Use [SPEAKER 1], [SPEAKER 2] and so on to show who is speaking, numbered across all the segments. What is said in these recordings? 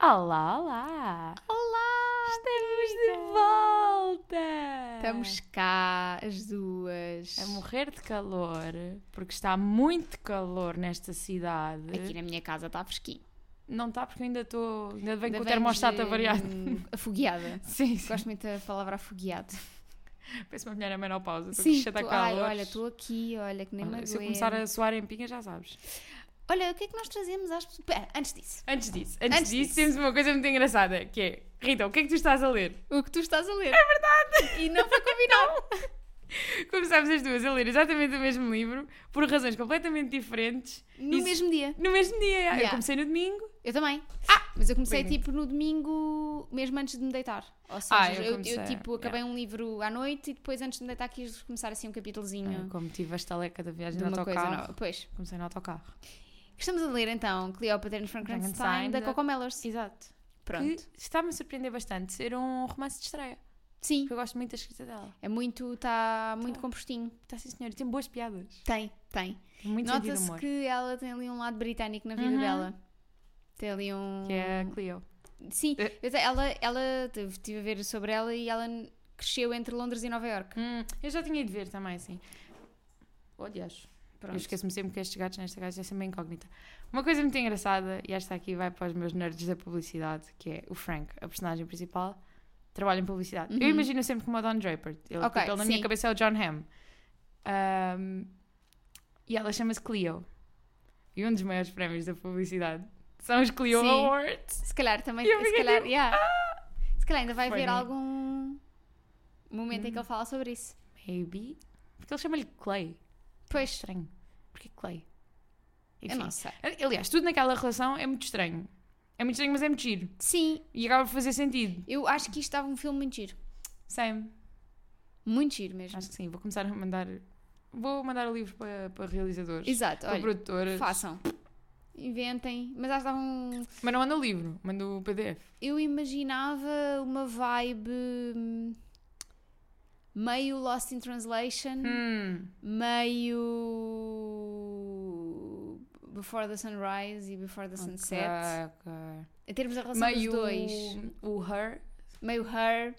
[SPEAKER 1] Olá, olá!
[SPEAKER 2] Olá! Então.
[SPEAKER 1] Estamos de volta!
[SPEAKER 2] Estamos cá, as duas.
[SPEAKER 1] a morrer de calor, porque está muito calor nesta cidade.
[SPEAKER 2] Aqui na minha casa está fresquinho.
[SPEAKER 1] Não está porque eu ainda estou. Ainda bem que o
[SPEAKER 2] Ainda
[SPEAKER 1] termostato
[SPEAKER 2] vens,
[SPEAKER 1] avariado.
[SPEAKER 2] hum, Afogueada.
[SPEAKER 1] Sim, sim.
[SPEAKER 2] Gosto muito da palavra afogueado.
[SPEAKER 1] Parece uma mulher na menopausa, estou
[SPEAKER 2] Sim,
[SPEAKER 1] cheia de
[SPEAKER 2] tu- ai,
[SPEAKER 1] calor.
[SPEAKER 2] olha, estou aqui, olha, que nem me
[SPEAKER 1] Olha, Se eu
[SPEAKER 2] aguento.
[SPEAKER 1] começar a soar em pinga, já sabes.
[SPEAKER 2] Olha, o que é que nós trazemos às pessoas? Pera, Antes disso,
[SPEAKER 1] Antes disso, antes,
[SPEAKER 2] Antes
[SPEAKER 1] disso,
[SPEAKER 2] disso.
[SPEAKER 1] temos uma coisa muito engraçada, que é... Rita, o que é que tu estás a ler?
[SPEAKER 2] o que tu estás a ler. É verdade! E não foi combinado.
[SPEAKER 1] Começámos as duas a ler exatamente o mesmo livro, por razões completamente diferentes,
[SPEAKER 2] No
[SPEAKER 1] Isso-
[SPEAKER 2] mesmo dia.
[SPEAKER 1] no mesmo dia. Eu
[SPEAKER 2] Yeah.
[SPEAKER 1] comecei no domingo.
[SPEAKER 2] Eu também. Ah! Mas eu comecei
[SPEAKER 1] bonito.
[SPEAKER 2] tipo no domingo, mesmo antes de me deitar. Ou seja,
[SPEAKER 1] Ah, eu
[SPEAKER 2] eu, eu,
[SPEAKER 1] comecei,
[SPEAKER 2] tipo acabei um livro à noite e depois antes de me deitar quis começar assim um capítulozinho
[SPEAKER 1] Como tive a estaleca da viagem
[SPEAKER 2] de
[SPEAKER 1] no
[SPEAKER 2] uma coisa
[SPEAKER 1] autocarro.
[SPEAKER 2] nova. Pois.
[SPEAKER 1] Comecei no autocarro.
[SPEAKER 2] Estamos a ler então Cleopatra and
[SPEAKER 1] Frankenstein,
[SPEAKER 2] Frankenstein da
[SPEAKER 1] da-
[SPEAKER 2] Coco Mellors.
[SPEAKER 1] Exato.
[SPEAKER 2] Pronto.
[SPEAKER 1] Que está-me a surpreender bastante ser um romance de estreia.
[SPEAKER 2] Sim.
[SPEAKER 1] Porque eu gosto muito da escrita dela.
[SPEAKER 2] É muito, está
[SPEAKER 1] Tá.
[SPEAKER 2] muito compostinho.
[SPEAKER 1] Está sim, senhora. e Tem boas piadas.
[SPEAKER 2] Tem, tem.
[SPEAKER 1] Muito sentido
[SPEAKER 2] Nota-se
[SPEAKER 1] humor. Que...
[SPEAKER 2] que ela tem ali um lado britânico na vida
[SPEAKER 1] Uhum.
[SPEAKER 2] dela. Tem ali um.
[SPEAKER 1] é a Cleo.
[SPEAKER 2] Sim,
[SPEAKER 1] É.
[SPEAKER 2] eu sei, ela, ela estive a ver sobre ela e ela n- cresceu entre Londres e Nova York.
[SPEAKER 1] Hum, eu já tinha de ver também, Oh, assim. Olha, acho. Eu esqueço-me sempre que estes gatos nesta casa é sempre uma incógnita. Uma coisa muito engraçada, e esta aqui vai para os meus nerds da publicidade, que é o Frank, a personagem principal, trabalha em publicidade. Eu
[SPEAKER 2] Uhum.
[SPEAKER 1] imagino sempre como o Don Draper. Ele,
[SPEAKER 2] Ok,
[SPEAKER 1] tipo, ele na minha
[SPEAKER 2] sim.
[SPEAKER 1] cabeça é o John Hamm. Ahm, e ela chama-se Clio. E um dos maiores prémios da publicidade são os Clio
[SPEAKER 2] Sim.
[SPEAKER 1] Awards.
[SPEAKER 2] Se calhar também.
[SPEAKER 1] E eu
[SPEAKER 2] Se
[SPEAKER 1] fiquei
[SPEAKER 2] calhar,
[SPEAKER 1] tipo,
[SPEAKER 2] yeah. se calhar ainda vai
[SPEAKER 1] Foi Hum.
[SPEAKER 2] haver
[SPEAKER 1] bonito.
[SPEAKER 2] algum momento em que ele fala sobre isso.
[SPEAKER 1] Maybe. Porque ele chama-lhe Clay.
[SPEAKER 2] Pois,
[SPEAKER 1] Estranho. Porquê Clay?
[SPEAKER 2] eu
[SPEAKER 1] Enfim.
[SPEAKER 2] não sei.
[SPEAKER 1] Aliás, tudo naquela relação é muito estranho. É muito estranho, mas é muito giro.
[SPEAKER 2] Sim,
[SPEAKER 1] E acaba por fazer sentido.
[SPEAKER 2] eu acho que isto estava um filme muito giro.
[SPEAKER 1] Sam,
[SPEAKER 2] Muito giro mesmo.
[SPEAKER 1] acho que sim. Vou começar a mandar. Vou mandar o livro para, para realizadores,
[SPEAKER 2] Exato,
[SPEAKER 1] para
[SPEAKER 2] olha.
[SPEAKER 1] produtoras.
[SPEAKER 2] Façam. Inventem. Mas acho que dava um.
[SPEAKER 1] Mas não manda o livro, manda o PDF.
[SPEAKER 2] Eu imaginava uma vibe hum, meio Lost in Translation,
[SPEAKER 1] Hum,
[SPEAKER 2] meio Before the Sunrise e Before the Sunset.
[SPEAKER 1] ok,
[SPEAKER 2] Em termos da
[SPEAKER 1] ok.
[SPEAKER 2] relação
[SPEAKER 1] Meio
[SPEAKER 2] dos dois,
[SPEAKER 1] o Her.
[SPEAKER 2] meio Her.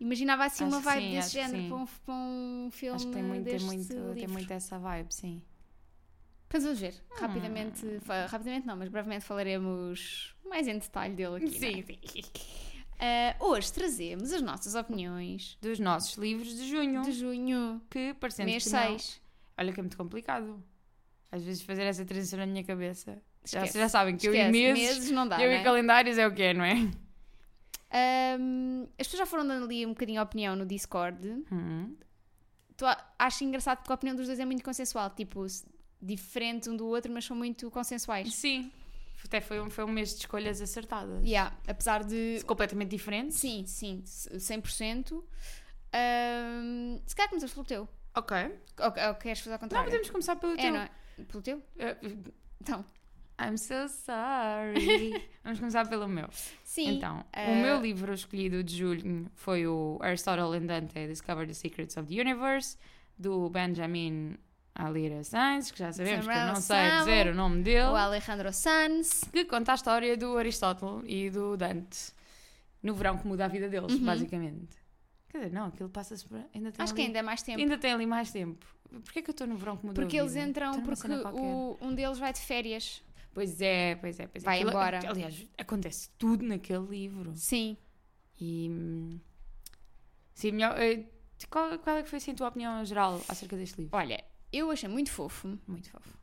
[SPEAKER 2] Imaginava assim
[SPEAKER 1] Acho
[SPEAKER 2] uma
[SPEAKER 1] que
[SPEAKER 2] vibe
[SPEAKER 1] sim,
[SPEAKER 2] desse
[SPEAKER 1] acho que
[SPEAKER 2] género
[SPEAKER 1] sim.
[SPEAKER 2] para um, para um filme
[SPEAKER 1] acho que tem muito, tem
[SPEAKER 2] deste
[SPEAKER 1] muito, tem
[SPEAKER 2] livro.
[SPEAKER 1] muito essa vibe, sim.
[SPEAKER 2] Mas vamos ver,
[SPEAKER 1] Ah.
[SPEAKER 2] rapidamente, fa- rapidamente não, mas brevemente falaremos mais em detalhe dele aqui. não é? Ah, hoje trazemos as nossas opiniões
[SPEAKER 1] Dos nossos livros de junho,
[SPEAKER 2] de junho,
[SPEAKER 1] que parecendo
[SPEAKER 2] mês
[SPEAKER 1] que não-
[SPEAKER 2] 6.
[SPEAKER 1] Olha que é muito complicado. Às vezes fazer essa transição na minha cabeça. Já,
[SPEAKER 2] Esquece.
[SPEAKER 1] vocês já sabem que eu e
[SPEAKER 2] Esquece,
[SPEAKER 1] meses,
[SPEAKER 2] não dá.
[SPEAKER 1] eu
[SPEAKER 2] não
[SPEAKER 1] e
[SPEAKER 2] é?
[SPEAKER 1] calendários é o que é, não é?
[SPEAKER 2] Ahm, as pessoas já foram dando ali um bocadinho a opinião no Discord.
[SPEAKER 1] Hum.
[SPEAKER 2] Tu a- acho engraçado porque a opinião dos dois é muito consensual, tipo, s- diferente um do outro, mas são muito consensuais.
[SPEAKER 1] Sim. Até foi um, foi um mês de escolhas acertadas.
[SPEAKER 2] Yeah, apesar de.
[SPEAKER 1] Completamente diferentes.
[SPEAKER 2] Sim, sim, c- 100%. Ahm, se calhar começas pelo teu.
[SPEAKER 1] Ok.
[SPEAKER 2] Ou, ou queres fazer ao
[SPEAKER 1] Não,
[SPEAKER 2] contrário?
[SPEAKER 1] podemos começar pelo
[SPEAKER 2] É,
[SPEAKER 1] teu.
[SPEAKER 2] não é? Pelo teu?
[SPEAKER 1] Uh,
[SPEAKER 2] Então,
[SPEAKER 1] I'm so sorry. Vamos começar pelo meu.
[SPEAKER 2] sim.
[SPEAKER 1] então, o
[SPEAKER 2] eh,
[SPEAKER 1] meu livro escolhido de julho foi o Aristotle and Dante Discover the Secrets of the Universe, do Benjamin Alira Sainz, que já sabemos que eu não sei
[SPEAKER 2] Samuel.
[SPEAKER 1] dizer o nome dele.
[SPEAKER 2] O Alejandro Sanz.
[SPEAKER 1] que conta a história do Aristóteles e do Dante no verão que muda a vida deles, basicamente. Quer dizer, não, aquilo passa-se. por- Ainda tem
[SPEAKER 2] Uhum. Acho que
[SPEAKER 1] ali,
[SPEAKER 2] ainda é mais tempo.
[SPEAKER 1] Então ainda tem ali mais tempo. Porquê que eu estou no verão que muda
[SPEAKER 2] Porque
[SPEAKER 1] a
[SPEAKER 2] eles
[SPEAKER 1] vida?
[SPEAKER 2] entram,
[SPEAKER 1] Estou numa
[SPEAKER 2] porque
[SPEAKER 1] Então, cena qualquer.
[SPEAKER 2] o- um deles vai de férias.
[SPEAKER 1] Pois é, pois é, pois é.
[SPEAKER 2] Vai
[SPEAKER 1] Aquilo-
[SPEAKER 2] embora.
[SPEAKER 1] Aliás, acontece tudo naquele livro.
[SPEAKER 2] Sim.
[SPEAKER 1] E. hum, Sim, melhor. eh, Qual, qual é que foi assim, a tua opinião geral acerca deste livro?
[SPEAKER 2] Olha, eu achei muito fofo,
[SPEAKER 1] Muito fofo.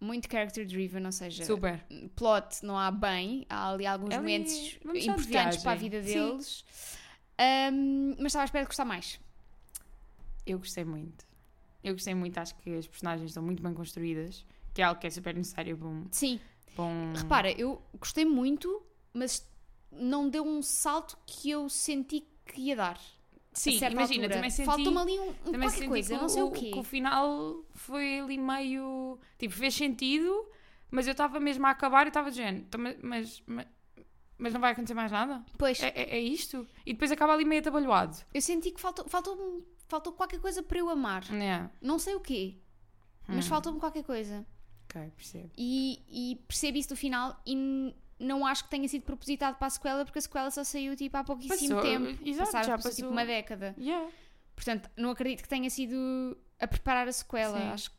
[SPEAKER 2] muito character driven, ou seja,
[SPEAKER 1] Super.
[SPEAKER 2] plot não há bem, há ali alguns
[SPEAKER 1] Ali,
[SPEAKER 2] momentos
[SPEAKER 1] vamos só de
[SPEAKER 2] importantes para a
[SPEAKER 1] viagem.
[SPEAKER 2] vida
[SPEAKER 1] Sim.
[SPEAKER 2] deles. Ahm, mas estava à espera de gostar mais.
[SPEAKER 1] Eu gostei muito. Eu gostei muito, acho que as personagens estão muito bem construídas, que é algo que é super necessário para um,
[SPEAKER 2] Sim.
[SPEAKER 1] para um-
[SPEAKER 2] Repara, eu gostei muito, mas não deu um salto que eu senti que ia dar.
[SPEAKER 1] Sim,
[SPEAKER 2] a certa
[SPEAKER 1] imagina,
[SPEAKER 2] altura.
[SPEAKER 1] também senti,
[SPEAKER 2] Faltou-me ali um, um
[SPEAKER 1] também
[SPEAKER 2] qualquer
[SPEAKER 1] senti
[SPEAKER 2] coisa,
[SPEAKER 1] que,
[SPEAKER 2] não sei o,
[SPEAKER 1] o,
[SPEAKER 2] quê.
[SPEAKER 1] que o final foi ali meio. Tipo, fez sentido, mas eu estava mesmo a acabar e estava dizendo, "Então, mas, mas, mas não vai acontecer mais nada?
[SPEAKER 2] Pois,
[SPEAKER 1] É, é- é isto? E depois acaba ali meio atabalhoado.
[SPEAKER 2] eu senti que faltou, faltou, faltou qualquer coisa para eu amar.
[SPEAKER 1] É,
[SPEAKER 2] Não sei o quê,
[SPEAKER 1] Hum.
[SPEAKER 2] mas faltou-me qualquer coisa.
[SPEAKER 1] ok, percebo.
[SPEAKER 2] E, e percebo isso do final e n- não acho que tenha sido propositado para a sequela, porque a sequela só saiu tipo há pouquíssimo
[SPEAKER 1] Passou, eh,
[SPEAKER 2] tempo.
[SPEAKER 1] exato,
[SPEAKER 2] Passaram,
[SPEAKER 1] já
[SPEAKER 2] passou,
[SPEAKER 1] passou.
[SPEAKER 2] tipo uma década.
[SPEAKER 1] Yeah.
[SPEAKER 2] Portanto, não acredito que tenha sido a preparar a sequela.
[SPEAKER 1] Sim.
[SPEAKER 2] Acho que.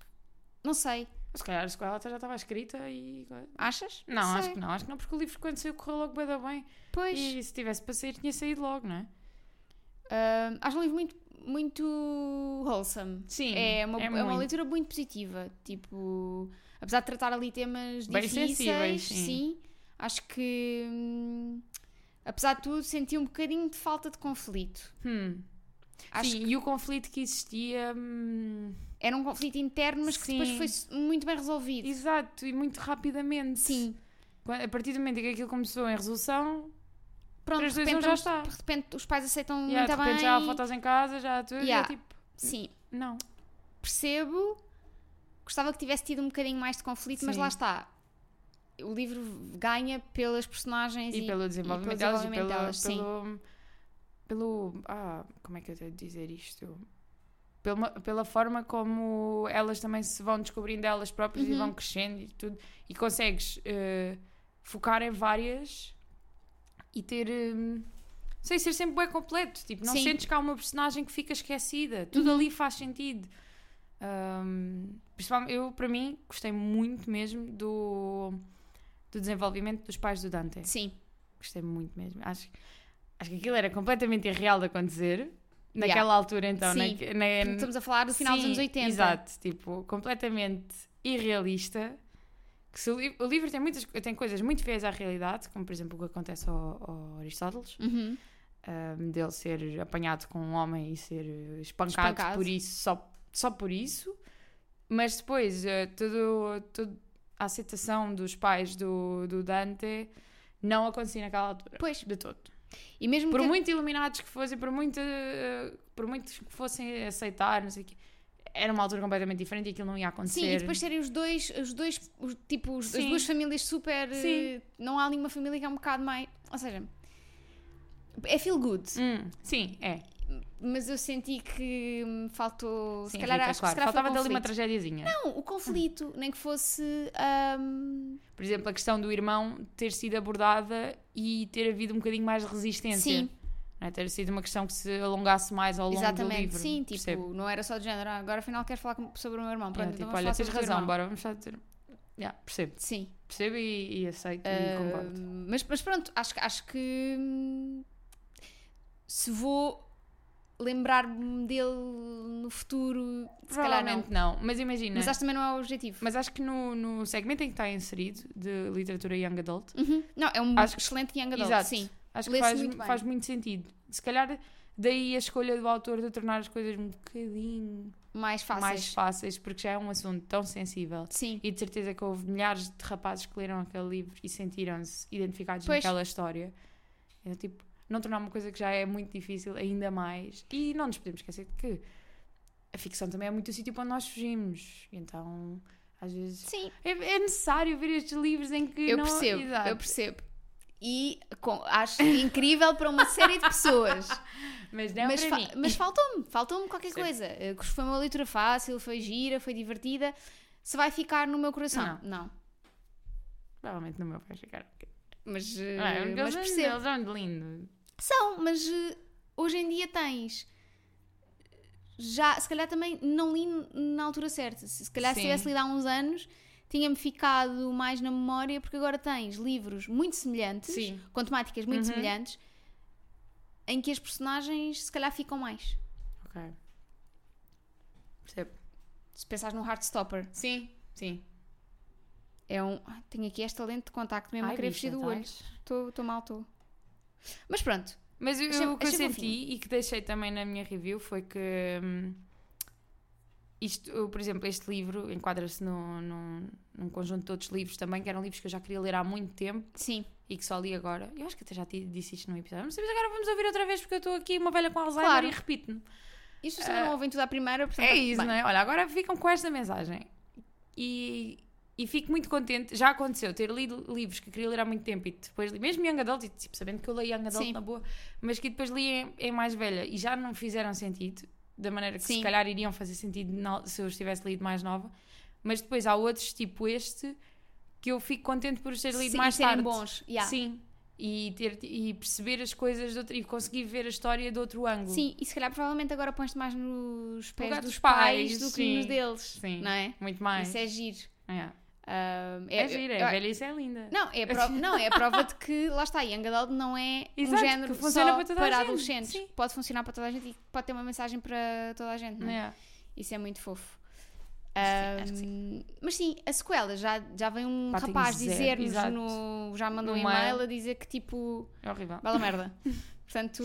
[SPEAKER 2] Não sei.
[SPEAKER 1] Se calhar a sequela até já estava escrita e.
[SPEAKER 2] Achas?
[SPEAKER 1] Não, acho
[SPEAKER 2] sei.
[SPEAKER 1] que não, acho que não, porque o livro quando saiu correu logo bué da bem.
[SPEAKER 2] Pois.
[SPEAKER 1] E se tivesse para sair tinha saído logo, não é?
[SPEAKER 2] Ah, acho um livro muito, muito wholesome.
[SPEAKER 1] Sim.
[SPEAKER 2] É uma, é uma
[SPEAKER 1] muito.
[SPEAKER 2] leitura muito positiva. Tipo, apesar de tratar ali temas
[SPEAKER 1] Bem
[SPEAKER 2] difíceis,
[SPEAKER 1] sensíveis,
[SPEAKER 2] sim.
[SPEAKER 1] sim.
[SPEAKER 2] acho que hum, apesar de tudo senti um bocadinho de falta de conflito.
[SPEAKER 1] Hum.
[SPEAKER 2] Acho
[SPEAKER 1] Sim, e o conflito que existia. hum,
[SPEAKER 2] que era um conflito interno, mas que
[SPEAKER 1] Sim.
[SPEAKER 2] depois foi muito bem resolvido.
[SPEAKER 1] Exato, e muito rapidamente.
[SPEAKER 2] Sim.
[SPEAKER 1] Quando- a partir do momento em que aquilo começou em resolução,
[SPEAKER 2] Pronto,
[SPEAKER 1] Três,
[SPEAKER 2] de
[SPEAKER 1] dois,
[SPEAKER 2] repente,
[SPEAKER 1] um, já
[SPEAKER 2] vamos-
[SPEAKER 1] está.
[SPEAKER 2] de repente os pais aceitam
[SPEAKER 1] já, de
[SPEAKER 2] muito
[SPEAKER 1] repente
[SPEAKER 2] bem.
[SPEAKER 1] já há fotos em casa, já há tudo, e
[SPEAKER 2] Yeah.
[SPEAKER 1] é tipo,
[SPEAKER 2] Sim,
[SPEAKER 1] não.
[SPEAKER 2] percebo. Gostava que tivesse tido um bocadinho mais de conflito, mas
[SPEAKER 1] Sim.
[SPEAKER 2] lá está. O livro ganha pelas personagens
[SPEAKER 1] E,
[SPEAKER 2] e,
[SPEAKER 1] pelo desenvolvimento
[SPEAKER 2] pelo
[SPEAKER 1] delas e
[SPEAKER 2] desenvolvimento
[SPEAKER 1] pelo,
[SPEAKER 2] delas, sim.
[SPEAKER 1] pelo, pelo- Ah, como é que eu tenho de dizer isto? Pela, pela forma como elas também se vão descobrindo elas próprias
[SPEAKER 2] Uhum.
[SPEAKER 1] e vão crescendo e tudo. E consegues eh, focar em várias e ter. hum, sem ser sempre bem completo. Tipo, não
[SPEAKER 2] Sim. Uhum.
[SPEAKER 1] sentes que há uma personagem que fica esquecida. Tudo ali faz sentido. Hum, principalmente, eu, para mim, gostei muito mesmo do, do desenvolvimento dos pais do Dante.
[SPEAKER 2] Sim.
[SPEAKER 1] Gostei muito mesmo. Acho, acho que aquilo era completamente irreal de acontecer. Naquela altura, então.
[SPEAKER 2] Sim.
[SPEAKER 1] naque- na-
[SPEAKER 2] Portanto, Estamos a falar do final dos
[SPEAKER 1] Sim,
[SPEAKER 2] anos 80.
[SPEAKER 1] Exato. Tipo, completamente irrealista. Que se o, li- o livro tem, muitas, tem coisas muito feias à realidade, como por exemplo o que acontece ao, ao Aristóteles,
[SPEAKER 2] Uhum.
[SPEAKER 1] ahm, dele ser apanhado com um homem e ser eh, espancado,
[SPEAKER 2] Espancado.
[SPEAKER 1] por isso, só, só por isso. Mas depois, eh, tudo, tudo- a aceitação dos pais do, do Dante não acontecia naquela altura.
[SPEAKER 2] Pois.
[SPEAKER 1] De todo.
[SPEAKER 2] E mesmo
[SPEAKER 1] Por
[SPEAKER 2] que...
[SPEAKER 1] muito iluminados que fossem, por muito eh, por muitos que fossem aceitar, não sei o quê, era uma altura completamente diferente e aquilo não ia acontecer.
[SPEAKER 2] Sim, e depois serem os dois, os dois, os- tipo, os- as
[SPEAKER 1] Sim.
[SPEAKER 2] duas famílias super. eh,
[SPEAKER 1] Sim.
[SPEAKER 2] Não há nenhuma família que é um bocado mais. Ou seja, é feel good,
[SPEAKER 1] Hum, sim, é.
[SPEAKER 2] mas eu senti que me faltou.
[SPEAKER 1] Sim,
[SPEAKER 2] se calhar
[SPEAKER 1] Rita,
[SPEAKER 2] acho
[SPEAKER 1] claro.
[SPEAKER 2] que se calhar foi
[SPEAKER 1] Faltava dali uma
[SPEAKER 2] conflito.
[SPEAKER 1] tragédiazinha.
[SPEAKER 2] Não, o conflito, nem que fosse. hum, ahm,
[SPEAKER 1] Por exemplo, a questão do irmão ter sido abordada e ter havido um bocadinho mais de resistência.
[SPEAKER 2] Sim.
[SPEAKER 1] Não é? Ter sido uma questão que se alongasse mais ao longo do
[SPEAKER 2] exatamente,
[SPEAKER 1] livro.
[SPEAKER 2] sim, tipo,
[SPEAKER 1] percebe?
[SPEAKER 2] não era só de género. "Ah, agora afinal quero falar com- sobre o meu irmão.
[SPEAKER 1] É,
[SPEAKER 2] Pronto, então
[SPEAKER 1] tipo,
[SPEAKER 2] vamos
[SPEAKER 1] olha,
[SPEAKER 2] falar
[SPEAKER 1] tens
[SPEAKER 2] sobre o teu
[SPEAKER 1] razão,
[SPEAKER 2] irmão.
[SPEAKER 1] bora, vamos falar de... Yeah, percebo.
[SPEAKER 2] Sim.
[SPEAKER 1] Percebo e, e aceito e
[SPEAKER 2] Ah,
[SPEAKER 1] concordo.
[SPEAKER 2] mas, mas pronto, acho, que- acho que hum, se vou lembrar-me dele no futuro, se calhar não.
[SPEAKER 1] Provavelmente não. Mas imagina...
[SPEAKER 2] Mas acho que também não é o objetivo.
[SPEAKER 1] Mas acho que no, no segmento em que está inserido, de literatura young adult,
[SPEAKER 2] Uhum. Não, é um
[SPEAKER 1] Acho que-
[SPEAKER 2] excelente Young Adult,
[SPEAKER 1] Exato.
[SPEAKER 2] sim.
[SPEAKER 1] acho que
[SPEAKER 2] Lê-se
[SPEAKER 1] faz
[SPEAKER 2] muito
[SPEAKER 1] muito,
[SPEAKER 2] bem.
[SPEAKER 1] faz muito sentido. Se calhar daí a escolha do autor de tornar as coisas um bocadinho
[SPEAKER 2] Mais fáceis.
[SPEAKER 1] mais fáceis, porque já é um assunto tão sensível.
[SPEAKER 2] Sim.
[SPEAKER 1] E de certeza que houve milhares de rapazes que leram aquele livro e sentiram-se identificados
[SPEAKER 2] Pois.
[SPEAKER 1] naquela história. Então, tipo, não tornar uma coisa que já é muito difícil ainda mais. E não nos podemos esquecer de que a ficção também é muito o sítio para onde nós fugimos. Então, às vezes.
[SPEAKER 2] Sim,
[SPEAKER 1] É, é necessário ver estes livros em que
[SPEAKER 2] eu
[SPEAKER 1] não...
[SPEAKER 2] percebo,
[SPEAKER 1] Exato.
[SPEAKER 2] eu percebo. E com- acho incrível para uma série de pessoas.
[SPEAKER 1] Mas não
[SPEAKER 2] mas,
[SPEAKER 1] para
[SPEAKER 2] fa-
[SPEAKER 1] mim.
[SPEAKER 2] mas faltou-me, faltou-me qualquer
[SPEAKER 1] É um Sim.
[SPEAKER 2] coisa. Eh, Foi uma leitura fácil, foi gira, foi divertida. Se vai ficar no meu coração? Não.
[SPEAKER 1] Provavelmente no meu vai ficar.
[SPEAKER 2] Mas, eh,
[SPEAKER 1] Ah, eles
[SPEAKER 2] mas
[SPEAKER 1] são-
[SPEAKER 2] percebo.
[SPEAKER 1] Eles são é um lindo.
[SPEAKER 2] São, mas eh, hoje em dia tens. Já, se calhar também não li na altura certa. Se se calhar se
[SPEAKER 1] Sim.
[SPEAKER 2] tivesse lido há uns anos, tinha-me ficado mais na memória, porque agora tens livros muito semelhantes,
[SPEAKER 1] Sim.
[SPEAKER 2] com temáticas muito
[SPEAKER 1] Uhum.
[SPEAKER 2] semelhantes, em que as personagens se calhar ficam mais.
[SPEAKER 1] Ok. Percebo.
[SPEAKER 2] Se pensares no Heartstopper,
[SPEAKER 1] Sim, sim.
[SPEAKER 2] é um. Ai, Tenho aqui esta lente de contacto mesmo a
[SPEAKER 1] Ai,
[SPEAKER 2] querer
[SPEAKER 1] bicha, então
[SPEAKER 2] fugir do olho.
[SPEAKER 1] estás.
[SPEAKER 2] Estou mal, estou. Mas pronto,
[SPEAKER 1] Mas eu-
[SPEAKER 2] Achei-
[SPEAKER 1] o que eu
[SPEAKER 2] achei
[SPEAKER 1] senti
[SPEAKER 2] fofinho.
[SPEAKER 1] e que deixei também na minha review foi que hum, isto, eu, por exemplo, este livro enquadra-se num, num, num conjunto de outros livros também, que eram livros que eu já queria ler há muito tempo
[SPEAKER 2] sim.
[SPEAKER 1] e que só li agora. Eu acho que até já te disse isto num episódio. Não sei, mas agora vamos ouvir outra vez porque eu estou aqui uma velha com Alzheimer
[SPEAKER 2] Claro.
[SPEAKER 1] e repito-me.
[SPEAKER 2] Isto também não ouvem tudo à primeira, portanto.
[SPEAKER 1] Ah, É isso,
[SPEAKER 2] bem.
[SPEAKER 1] não é? Olha, agora ficam com esta mensagem. E, e fico muito contente. Já aconteceu ter lido livros que queria ler há muito tempo e depois li, mesmo Young Adult, e, tipo, sabendo que eu leio Young Adult
[SPEAKER 2] Sim.
[SPEAKER 1] na boa, mas que depois li em, em mais velha e já não fizeram sentido, da maneira que
[SPEAKER 2] Sim.
[SPEAKER 1] se calhar iriam fazer sentido na- se eu os tivesse lido mais nova. Mas depois há outros, tipo este, que eu fico contente por os ter lido
[SPEAKER 2] Sim,
[SPEAKER 1] mais
[SPEAKER 2] serem
[SPEAKER 1] tarde.
[SPEAKER 2] bons. Yeah. Sim.
[SPEAKER 1] Sim. E, ter, e perceber as coisas de outro, e conseguir ver a história de outro ângulo.
[SPEAKER 2] e se calhar provavelmente agora pões-te mais nos pés
[SPEAKER 1] lugar
[SPEAKER 2] dos
[SPEAKER 1] dos
[SPEAKER 2] pais,
[SPEAKER 1] pais,
[SPEAKER 2] do que
[SPEAKER 1] sim.
[SPEAKER 2] nos deles.
[SPEAKER 1] Sim.
[SPEAKER 2] Não é?
[SPEAKER 1] Muito mais.
[SPEAKER 2] Isso é giro.
[SPEAKER 1] É.
[SPEAKER 2] Ahm,
[SPEAKER 1] É giro,
[SPEAKER 2] eu-
[SPEAKER 1] é velhice é linda.
[SPEAKER 2] Não, é a prova, não, é a prova de que, lá está, Young Adult não é um
[SPEAKER 1] Exato,
[SPEAKER 2] género
[SPEAKER 1] que funciona
[SPEAKER 2] só
[SPEAKER 1] para toda a gente,
[SPEAKER 2] adolescentes.
[SPEAKER 1] sim.
[SPEAKER 2] Pode funcionar para toda a gente e pode ter uma mensagem para toda a gente, não é?
[SPEAKER 1] É.
[SPEAKER 2] Isso é muito fofo.
[SPEAKER 1] Acho que sim, acho que
[SPEAKER 2] Ahm, Mas sim, a sequela, já, já vem um
[SPEAKER 1] Pá, tenho
[SPEAKER 2] rapaz
[SPEAKER 1] zero,
[SPEAKER 2] dizer-nos,
[SPEAKER 1] exato.
[SPEAKER 2] no- já mandou um
[SPEAKER 1] No
[SPEAKER 2] e-mail
[SPEAKER 1] mail.
[SPEAKER 2] a dizer que tipo,
[SPEAKER 1] É horrível.
[SPEAKER 2] bela merda. Portanto,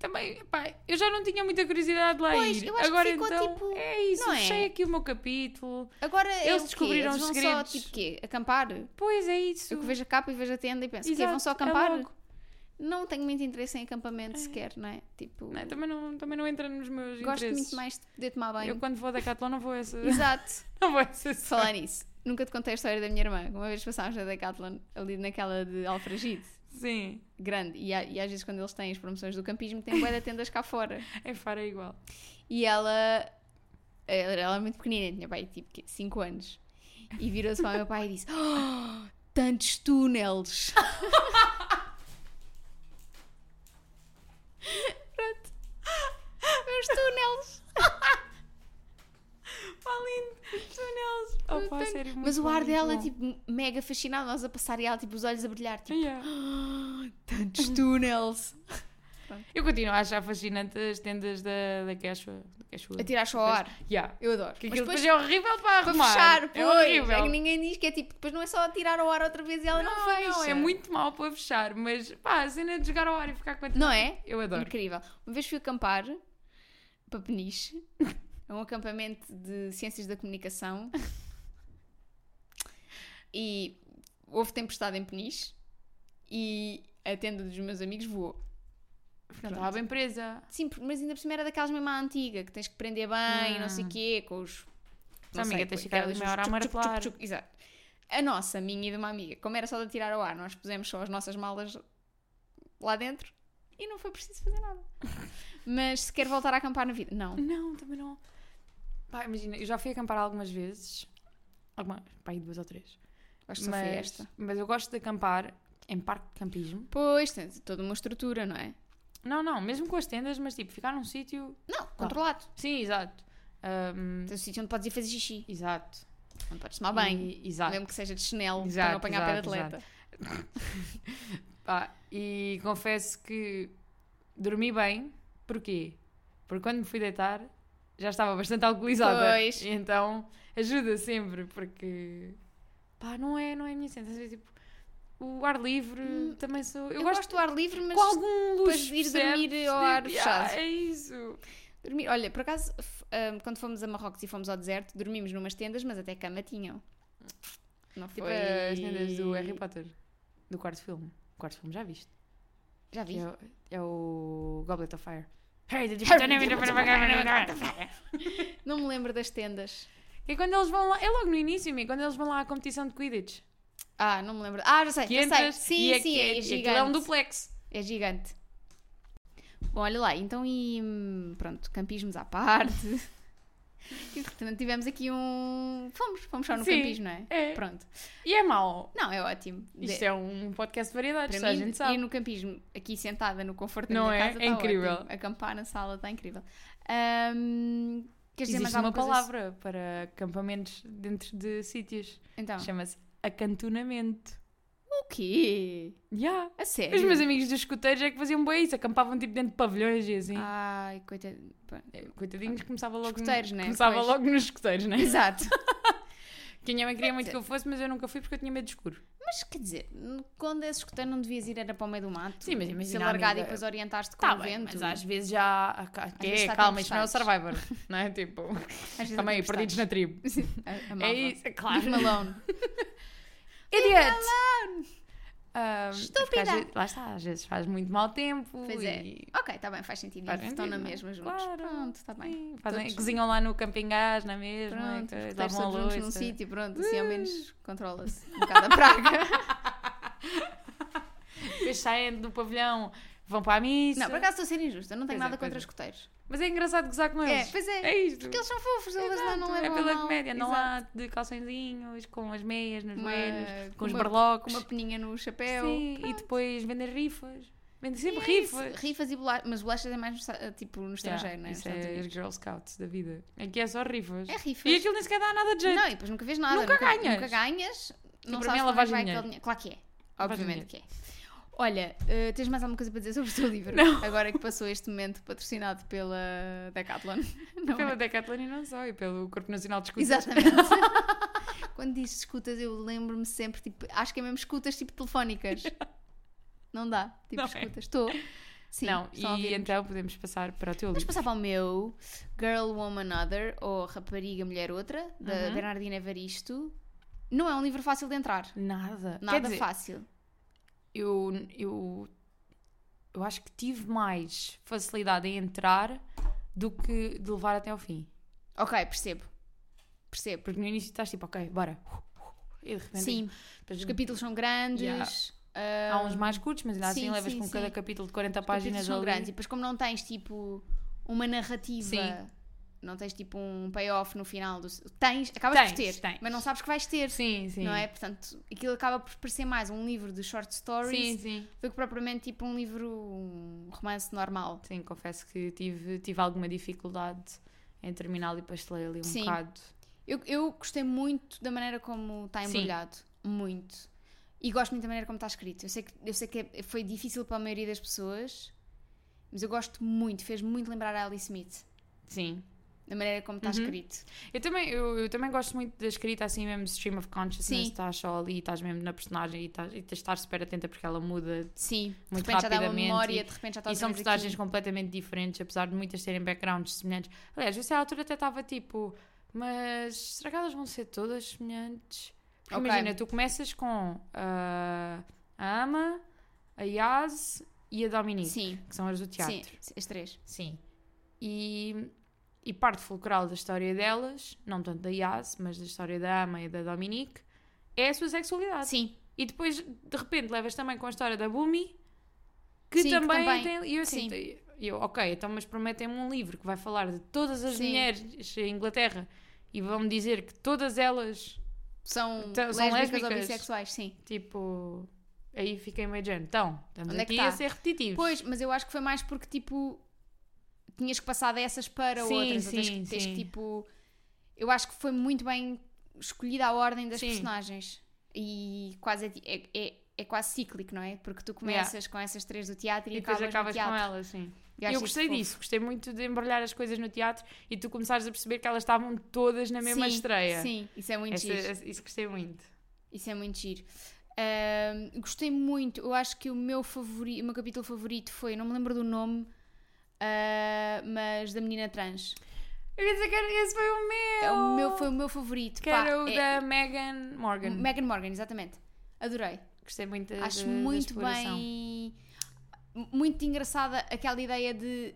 [SPEAKER 1] Também, pá, eu já não tinha muita curiosidade de lá
[SPEAKER 2] Pois,
[SPEAKER 1] ir.
[SPEAKER 2] eu acho que
[SPEAKER 1] Agora
[SPEAKER 2] ficou,
[SPEAKER 1] então,
[SPEAKER 2] tipo,
[SPEAKER 1] é isso,
[SPEAKER 2] não é?
[SPEAKER 1] fechei aqui o meu capítulo.
[SPEAKER 2] agora é
[SPEAKER 1] Eles
[SPEAKER 2] o quê?
[SPEAKER 1] descobriram
[SPEAKER 2] Eles
[SPEAKER 1] os
[SPEAKER 2] vão
[SPEAKER 1] segredos.
[SPEAKER 2] só, tipo, quê? Acampar?
[SPEAKER 1] Pois é isso.
[SPEAKER 2] Eu que vejo a capa e vejo a tenda e penso, que
[SPEAKER 1] Exato,
[SPEAKER 2] vão só
[SPEAKER 1] é
[SPEAKER 2] acampar?
[SPEAKER 1] logo.
[SPEAKER 2] não tenho muito interesse em acampamento sequer, não é? Tipo,
[SPEAKER 1] Não, também, não, também não entra nos meus
[SPEAKER 2] gosto
[SPEAKER 1] interesses.
[SPEAKER 2] muito mais de poder tomar banho.
[SPEAKER 1] Eu quando vou da Decathlon não vou a essa.
[SPEAKER 2] Exato.
[SPEAKER 1] não vou a essa.
[SPEAKER 2] Por Falar nisso. Nunca te contei a história da minha irmã. Uma vez passámos na Decathlon, ali naquela de Alfragide,
[SPEAKER 1] Sim,
[SPEAKER 2] grande. E, a- e às vezes quando eles têm as promoções do campismo, têm bué de tendas cá fora.
[SPEAKER 1] é faro é igual.
[SPEAKER 2] E ela... Ela ela é muito pequenina, tinha pai, tipo 5 anos. E virou-se para o meu pai e disse... "Oh, tantos túneis! Pronto. Meus túneis!
[SPEAKER 1] Pá, lindo. Túneis. Oh, pá,
[SPEAKER 2] Tanto-
[SPEAKER 1] sério, muito
[SPEAKER 2] Mas o
[SPEAKER 1] bom,
[SPEAKER 2] ar
[SPEAKER 1] muito
[SPEAKER 2] dela,
[SPEAKER 1] bom.
[SPEAKER 2] tipo, mega fascinado, nós a passar e ela, tipo, os olhos a brilhar, tipo,
[SPEAKER 1] Yeah.
[SPEAKER 2] "Ah, tantos túneis.
[SPEAKER 1] Eu continuo a achar fascinante as tendas da, da Quechua. Da Quechua.
[SPEAKER 2] A tirar só ao ar.
[SPEAKER 1] Yeah.
[SPEAKER 2] Eu adoro.
[SPEAKER 1] Que
[SPEAKER 2] Mas
[SPEAKER 1] aquilo
[SPEAKER 2] depois,
[SPEAKER 1] depois é horrível para
[SPEAKER 2] para
[SPEAKER 1] arrumar.
[SPEAKER 2] fechar, pois,
[SPEAKER 1] é
[SPEAKER 2] é,
[SPEAKER 1] horrível.
[SPEAKER 2] que ninguém diz que é tipo, depois não é só tirar ao ar outra vez e ela não,
[SPEAKER 1] Não,
[SPEAKER 2] fecha.
[SPEAKER 1] não, é muito mal para fechar, mas pá, a cena é de jogar ao ar e ficar com a
[SPEAKER 2] Não é?
[SPEAKER 1] Eu adoro.
[SPEAKER 2] Incrível. Uma vez fui acampar para Peniche, a um acampamento de ciências da comunicação e houve tempestade em Peniche e a tenda dos meus amigos voou.
[SPEAKER 1] Não estava bem presa.
[SPEAKER 2] Sim, porque- mas ainda por cima era daquelas mesmo à antiga, que tens que prender bem, e não sei o quê, com os.
[SPEAKER 1] Tua Ah. amiga, tens de ficar ali
[SPEAKER 2] aquelas-
[SPEAKER 1] meia hora a
[SPEAKER 2] tchuc, tchuc, tchuc,
[SPEAKER 1] martelar.
[SPEAKER 2] tchuc, Exato. A nossa, a minha e de uma amiga, como era só de tirar ao ar, nós pusemos só as nossas malas lá dentro e não foi preciso fazer nada. Mas se quer voltar a acampar na vida, não.
[SPEAKER 1] Não, também não. Pá, imagina, eu já fui acampar algumas vezes. Algumas, pá, aí duas ou três.
[SPEAKER 2] Acho que só foi esta.
[SPEAKER 1] mas eu gosto de acampar em parque de campismo.
[SPEAKER 2] Pois, tens toda uma estrutura, não é?
[SPEAKER 1] Não, não, mesmo com as tendas, mas tipo, ficar num sítio.
[SPEAKER 2] Não, controlado.
[SPEAKER 1] Sim, exato. Ahm,
[SPEAKER 2] Tens um sítio onde podes ir fazer xixi,
[SPEAKER 1] exato.
[SPEAKER 2] onde podes tomar banho.
[SPEAKER 1] E- exato.
[SPEAKER 2] Tá Mesmo que seja de chinelo, para não
[SPEAKER 1] Exato,
[SPEAKER 2] apanhar pé de
[SPEAKER 1] exato,
[SPEAKER 2] atleta.
[SPEAKER 1] Pá, e confesso que dormi bem. Porquê? Porque quando me fui deitar já estava bastante alcoolizada.
[SPEAKER 2] Pois.
[SPEAKER 1] E então ajuda sempre, porque pá, não é, não é a minha sensação. É tipo, o ar livre também sou. Eu,
[SPEAKER 2] Hum, Eu,
[SPEAKER 1] gosto,
[SPEAKER 2] gosto do ar livre, mas
[SPEAKER 1] com algum
[SPEAKER 2] depois
[SPEAKER 1] luxo.
[SPEAKER 2] de ir
[SPEAKER 1] percebes?
[SPEAKER 2] dormir ao ar
[SPEAKER 1] Tipo,
[SPEAKER 2] fechado. Tipo,
[SPEAKER 1] "Ah, é isso.
[SPEAKER 2] Dormir. Olha, por acaso, f- ahm, quando fomos a Marrocos e fomos ao deserto, dormimos numas tendas, mas até cama tinham. Não
[SPEAKER 1] Tipo
[SPEAKER 2] foi...
[SPEAKER 1] as lendas do Harry Potter, do quarto filme. O quarto filme já viste.
[SPEAKER 2] Já
[SPEAKER 1] Que
[SPEAKER 2] vi.
[SPEAKER 1] é, o- é o Goblet of Fire. Harry, did you put your name in the-
[SPEAKER 2] Não me lembro das tendas.
[SPEAKER 1] Que é quando eles vão lá, é logo no início, amigo, quando eles vão lá à competição de Quidditch.
[SPEAKER 2] Ah, não me lembro. Ah, já sei,
[SPEAKER 1] Que
[SPEAKER 2] já
[SPEAKER 1] entras
[SPEAKER 2] sei. Sim,
[SPEAKER 1] e é,
[SPEAKER 2] sim,
[SPEAKER 1] que-
[SPEAKER 2] é,
[SPEAKER 1] e aquilo
[SPEAKER 2] gigante.
[SPEAKER 1] é um duplex.
[SPEAKER 2] É gigante. Bom, olha lá, então e hum, pronto, campismos à parte. E, portanto, tivemos aqui um. Fomos, fomos só no
[SPEAKER 1] Sim,
[SPEAKER 2] campismo, não é?
[SPEAKER 1] é.
[SPEAKER 2] Pronto.
[SPEAKER 1] E é mau.
[SPEAKER 2] Não, é ótimo. De-
[SPEAKER 1] Isto é um podcast de variedades, só
[SPEAKER 2] Para
[SPEAKER 1] a
[SPEAKER 2] mim,
[SPEAKER 1] gente sabe.
[SPEAKER 2] ir no campismo, aqui sentada no conforto da
[SPEAKER 1] Não
[SPEAKER 2] minha
[SPEAKER 1] é?
[SPEAKER 2] casa,
[SPEAKER 1] É
[SPEAKER 2] tá
[SPEAKER 1] incrível.
[SPEAKER 2] ótimo. Acampar na sala está incrível. Ahm, queres dizer mais
[SPEAKER 1] Existe
[SPEAKER 2] alguma
[SPEAKER 1] uma
[SPEAKER 2] coisa?
[SPEAKER 1] palavra para acampamentos dentro de sítios.
[SPEAKER 2] Então,
[SPEAKER 1] Chama-se acantonamento.
[SPEAKER 2] o quê?
[SPEAKER 1] Yeah.
[SPEAKER 2] A sério?
[SPEAKER 1] Os meus amigos dos escuteiros é que faziam bem isso, acampavam tipo dentro de pavilhões e assim.
[SPEAKER 2] Ah. Ai, coitado. Pá.
[SPEAKER 1] Coitadinhos, começava logo,
[SPEAKER 2] Escuteiros,
[SPEAKER 1] no...
[SPEAKER 2] né?
[SPEAKER 1] começava
[SPEAKER 2] Pois.
[SPEAKER 1] logo nos escuteiros, né? é
[SPEAKER 2] Exato.
[SPEAKER 1] Que a minha mãe queria muito que eu fosse, mas eu nunca fui porque eu tinha medo de escuro.
[SPEAKER 2] Mas quer dizer, quando és escuteiro não devias ir era para o meio do mato.
[SPEAKER 1] Sim, mas
[SPEAKER 2] Ser
[SPEAKER 1] imagina,
[SPEAKER 2] largado e
[SPEAKER 1] amiga,
[SPEAKER 2] depois orientaste com
[SPEAKER 1] Tá
[SPEAKER 2] o
[SPEAKER 1] bem,
[SPEAKER 2] vento.
[SPEAKER 1] mas às vezes já. É,
[SPEAKER 2] vezes está
[SPEAKER 1] calma, isto não é o Survivor,
[SPEAKER 2] tempestades.
[SPEAKER 1] não é? Tipo,
[SPEAKER 2] Às vezes
[SPEAKER 1] também
[SPEAKER 2] até
[SPEAKER 1] aí, perdidos na tribo.
[SPEAKER 2] gostaste. A- amava.
[SPEAKER 1] É isso, é
[SPEAKER 2] Leave
[SPEAKER 1] claro.
[SPEAKER 2] me alone.
[SPEAKER 1] Idiot! Ah,
[SPEAKER 2] Estúpida!
[SPEAKER 1] porque às vezes- lá está, às vezes faz muito mau tempo.
[SPEAKER 2] Pois é.
[SPEAKER 1] e-
[SPEAKER 2] Ok, está bem, faz sentido.
[SPEAKER 1] Faz
[SPEAKER 2] Estão na
[SPEAKER 1] sentido, não é?
[SPEAKER 2] mesma juntos.
[SPEAKER 1] Claro.
[SPEAKER 2] Pronto, está bem.
[SPEAKER 1] Sim, fazem-
[SPEAKER 2] Todos-
[SPEAKER 1] cozinham lá no camping gás, na mesma.
[SPEAKER 2] Pronto,
[SPEAKER 1] coisa,
[SPEAKER 2] estamos
[SPEAKER 1] lavam a
[SPEAKER 2] todos juntos num
[SPEAKER 1] louça. Hum.
[SPEAKER 2] sítio, pronto, assim ao menos controla-se um bocado a praga.
[SPEAKER 1] Depois saem do pavilhão vão para a missa.
[SPEAKER 2] Não, por acaso estou a ser injusta, eu não tenho
[SPEAKER 1] é. Pois é,
[SPEAKER 2] nada
[SPEAKER 1] pois
[SPEAKER 2] contra
[SPEAKER 1] é.
[SPEAKER 2] os coteiros.
[SPEAKER 1] Mas é engraçado gozar com
[SPEAKER 2] É,
[SPEAKER 1] eles.
[SPEAKER 2] pois é.
[SPEAKER 1] É isto.
[SPEAKER 2] Porque eles são fofos, eles lá não
[SPEAKER 1] Exato,
[SPEAKER 2] levam
[SPEAKER 1] é pela
[SPEAKER 2] a mal.
[SPEAKER 1] comédia, não
[SPEAKER 2] Exato.
[SPEAKER 1] há de calçõezinhos, com as meias nos
[SPEAKER 2] Uma-
[SPEAKER 1] joelhos, com
[SPEAKER 2] com
[SPEAKER 1] os
[SPEAKER 2] uma- Com
[SPEAKER 1] barlocos.
[SPEAKER 2] uma peninha no chapéu. é
[SPEAKER 1] Sim, e depois vendem rifas. Vendem sempre
[SPEAKER 2] Isso,
[SPEAKER 1] rifas.
[SPEAKER 2] Rifas e bolachas. Mas bolachas é mais no, sa- tipo, no estrangeiro,
[SPEAKER 1] Yeah,
[SPEAKER 2] não é? Nos
[SPEAKER 1] Isso é
[SPEAKER 2] Estados
[SPEAKER 1] as
[SPEAKER 2] Unidos.
[SPEAKER 1] Girl Scouts da vida. Aqui é só rifas.
[SPEAKER 2] É rifas.
[SPEAKER 1] E aquilo nem sequer dá nada de jeito.
[SPEAKER 2] Não, e depois nunca vês nada.
[SPEAKER 1] Nunca ganhas.
[SPEAKER 2] Nunca ganhas. Não
[SPEAKER 1] para
[SPEAKER 2] sabes
[SPEAKER 1] mim é
[SPEAKER 2] para onde
[SPEAKER 1] lavagem
[SPEAKER 2] vai
[SPEAKER 1] de
[SPEAKER 2] aquele dinheiro. Claro que é. Obviamente que é. Olha, eh, tens mais alguma coisa para dizer sobre o teu livro?
[SPEAKER 1] Não.
[SPEAKER 2] Agora que passou este momento patrocinado pela Decathlon. Não
[SPEAKER 1] pela
[SPEAKER 2] é?
[SPEAKER 1] Decathlon e não só, e pelo Corpo Nacional de Escutas.
[SPEAKER 2] Exatamente. Quando dizes escutas, eu lembro-me sempre, tipo, acho que é mesmo escutas tipo telefónicas. Não dá. Tipo,
[SPEAKER 1] Não é?
[SPEAKER 2] escutas. Estou. Sim,
[SPEAKER 1] não,
[SPEAKER 2] estão a
[SPEAKER 1] e
[SPEAKER 2] ouvir-me.
[SPEAKER 1] então podemos passar para o teu
[SPEAKER 2] Vamos
[SPEAKER 1] livro.
[SPEAKER 2] passar para o meu Girl, Woman, Other ou Rapariga, Mulher, Outra, da
[SPEAKER 1] Uhum.
[SPEAKER 2] Bernardina Evaristo. Não é um livro fácil de entrar.
[SPEAKER 1] Nada.
[SPEAKER 2] Nada
[SPEAKER 1] Quer dizer,
[SPEAKER 2] fácil.
[SPEAKER 1] eu, eu, eu acho que tive mais facilidade em entrar do que de levar até ao fim.
[SPEAKER 2] Ok, percebo. Percebo.
[SPEAKER 1] Porque no início estás tipo, ok, bora. E de repente
[SPEAKER 2] Sim,
[SPEAKER 1] depois
[SPEAKER 2] os capítulos são grandes.
[SPEAKER 1] Yeah.
[SPEAKER 2] ah,
[SPEAKER 1] há uns mais curtos, mas ainda assim
[SPEAKER 2] Sim,
[SPEAKER 1] levas
[SPEAKER 2] sim,
[SPEAKER 1] com
[SPEAKER 2] sim.
[SPEAKER 1] cada capítulo de 40
[SPEAKER 2] os capítulos
[SPEAKER 1] páginas
[SPEAKER 2] são
[SPEAKER 1] ali.
[SPEAKER 2] grandes. E depois, como não tens tipo uma narrativa,
[SPEAKER 1] Sim.
[SPEAKER 2] não tens tipo um payoff no final do. Tens, acabas por
[SPEAKER 1] Tens,
[SPEAKER 2] ter,
[SPEAKER 1] tens.
[SPEAKER 2] mas não sabes que vais ter.
[SPEAKER 1] Sim, sim.
[SPEAKER 2] Não é? Portanto, aquilo acaba por parecer mais um livro de short
[SPEAKER 1] Sim,
[SPEAKER 2] stories
[SPEAKER 1] sim.
[SPEAKER 2] do que propriamente tipo um livro, um romance normal.
[SPEAKER 1] Sim, confesso que tive, tive alguma dificuldade em terminá-lo e pastelei ali um
[SPEAKER 2] Sim.
[SPEAKER 1] bocado.
[SPEAKER 2] Eu, eu gostei muito da maneira como está
[SPEAKER 1] Sim.
[SPEAKER 2] embrulhado. Muito. E gosto muito da maneira como está escrito. Eu sei que, eu sei que é- foi difícil para a maioria das pessoas, mas eu gosto muito. Fez muito lembrar a Alice Smith.
[SPEAKER 1] Sim.
[SPEAKER 2] Da maneira como
[SPEAKER 1] Uhum.
[SPEAKER 2] está escrito.
[SPEAKER 1] Eu também, eu, eu também gosto muito da escrita assim mesmo, stream of consciousness,
[SPEAKER 2] Sim.
[SPEAKER 1] estás só ali, estás mesmo na personagem e estás, e tens de estar super atenta porque ela muda.
[SPEAKER 2] Sim.
[SPEAKER 1] Muito
[SPEAKER 2] de repente já dá uma
[SPEAKER 1] rapidamente
[SPEAKER 2] memória,
[SPEAKER 1] e-
[SPEAKER 2] de repente já está
[SPEAKER 1] e são
[SPEAKER 2] outra vez
[SPEAKER 1] personagens
[SPEAKER 2] tá aqui.
[SPEAKER 1] completamente diferentes, apesar de muitas terem backgrounds semelhantes. Aliás, eu sei, à altura até estava tipo, mas será que elas vão ser todas semelhantes? Porque
[SPEAKER 2] Ok.
[SPEAKER 1] Imagina, tu começas com ah, a Ama, a Yaz e a Dominique,
[SPEAKER 2] Sim.
[SPEAKER 1] que são as do teatro.
[SPEAKER 2] Sim. As três.
[SPEAKER 1] Sim. E, e parte fulcral da história delas, não tanto da Yas, mas da história da Ama e da Dominique, é a sua sexualidade.
[SPEAKER 2] Sim.
[SPEAKER 1] E depois, de repente, levas também com a história da Bumi, que,
[SPEAKER 2] Sim, que
[SPEAKER 1] também,
[SPEAKER 2] também-
[SPEAKER 1] tem. E eu assim,
[SPEAKER 2] sim.
[SPEAKER 1] te- e eu, ok, então, mas prometem-me um livro que vai falar de todas as
[SPEAKER 2] Sim.
[SPEAKER 1] mulheres em Inglaterra e vão-me dizer que todas elas,
[SPEAKER 2] São,
[SPEAKER 1] Então, são
[SPEAKER 2] lésbicas, ou
[SPEAKER 1] lésbicas.
[SPEAKER 2] bissexuais, sim.
[SPEAKER 1] tipo. Aí fiquei meio de género. Então, estamos
[SPEAKER 2] Onde é que
[SPEAKER 1] aqui
[SPEAKER 2] tá?
[SPEAKER 1] a ser repetitivos.
[SPEAKER 2] Pois, mas eu acho que foi mais porque tipo tinhas que passar dessas para
[SPEAKER 1] Sim,
[SPEAKER 2] outras. ou tens,
[SPEAKER 1] sim,
[SPEAKER 2] que- tens
[SPEAKER 1] sim.
[SPEAKER 2] que tipo. Eu acho que foi muito bem escolhida a ordem das
[SPEAKER 1] Sim.
[SPEAKER 2] personagens. E quase é, ti- é, é- é quase cíclico, não é? Porque tu começas com essas três do teatro e,
[SPEAKER 1] e depois acabas
[SPEAKER 2] acabas, no teatro.
[SPEAKER 1] com assim. elas, sim.
[SPEAKER 2] acho
[SPEAKER 1] eu
[SPEAKER 2] isso
[SPEAKER 1] gostei
[SPEAKER 2] fofo.
[SPEAKER 1] disso, gostei muito de embrulhar as coisas no teatro e tu começares a perceber que elas estavam todas na mesma
[SPEAKER 2] sim,
[SPEAKER 1] estreia.
[SPEAKER 2] Sim, isso é muito
[SPEAKER 1] Essa-
[SPEAKER 2] giro.
[SPEAKER 1] essa- isso gostei muito.
[SPEAKER 2] Isso é muito giro. Ahm, gostei muito. Eu acho que o meu favorito, o meu capítulo favorito foi, não me lembro do nome, ah, mas da menina trans.
[SPEAKER 1] Eu ia dizer que era- esse foi o meu!
[SPEAKER 2] É o meu, foi o meu favorito.
[SPEAKER 1] Que
[SPEAKER 2] pá.
[SPEAKER 1] era o
[SPEAKER 2] É-
[SPEAKER 1] da Megan Morgan.
[SPEAKER 2] Megan Morgan, exatamente. Adorei.
[SPEAKER 1] Gostei muito da
[SPEAKER 2] Acho
[SPEAKER 1] da- da
[SPEAKER 2] muito
[SPEAKER 1] exploração.
[SPEAKER 2] bem. Muito engraçada aquela ideia de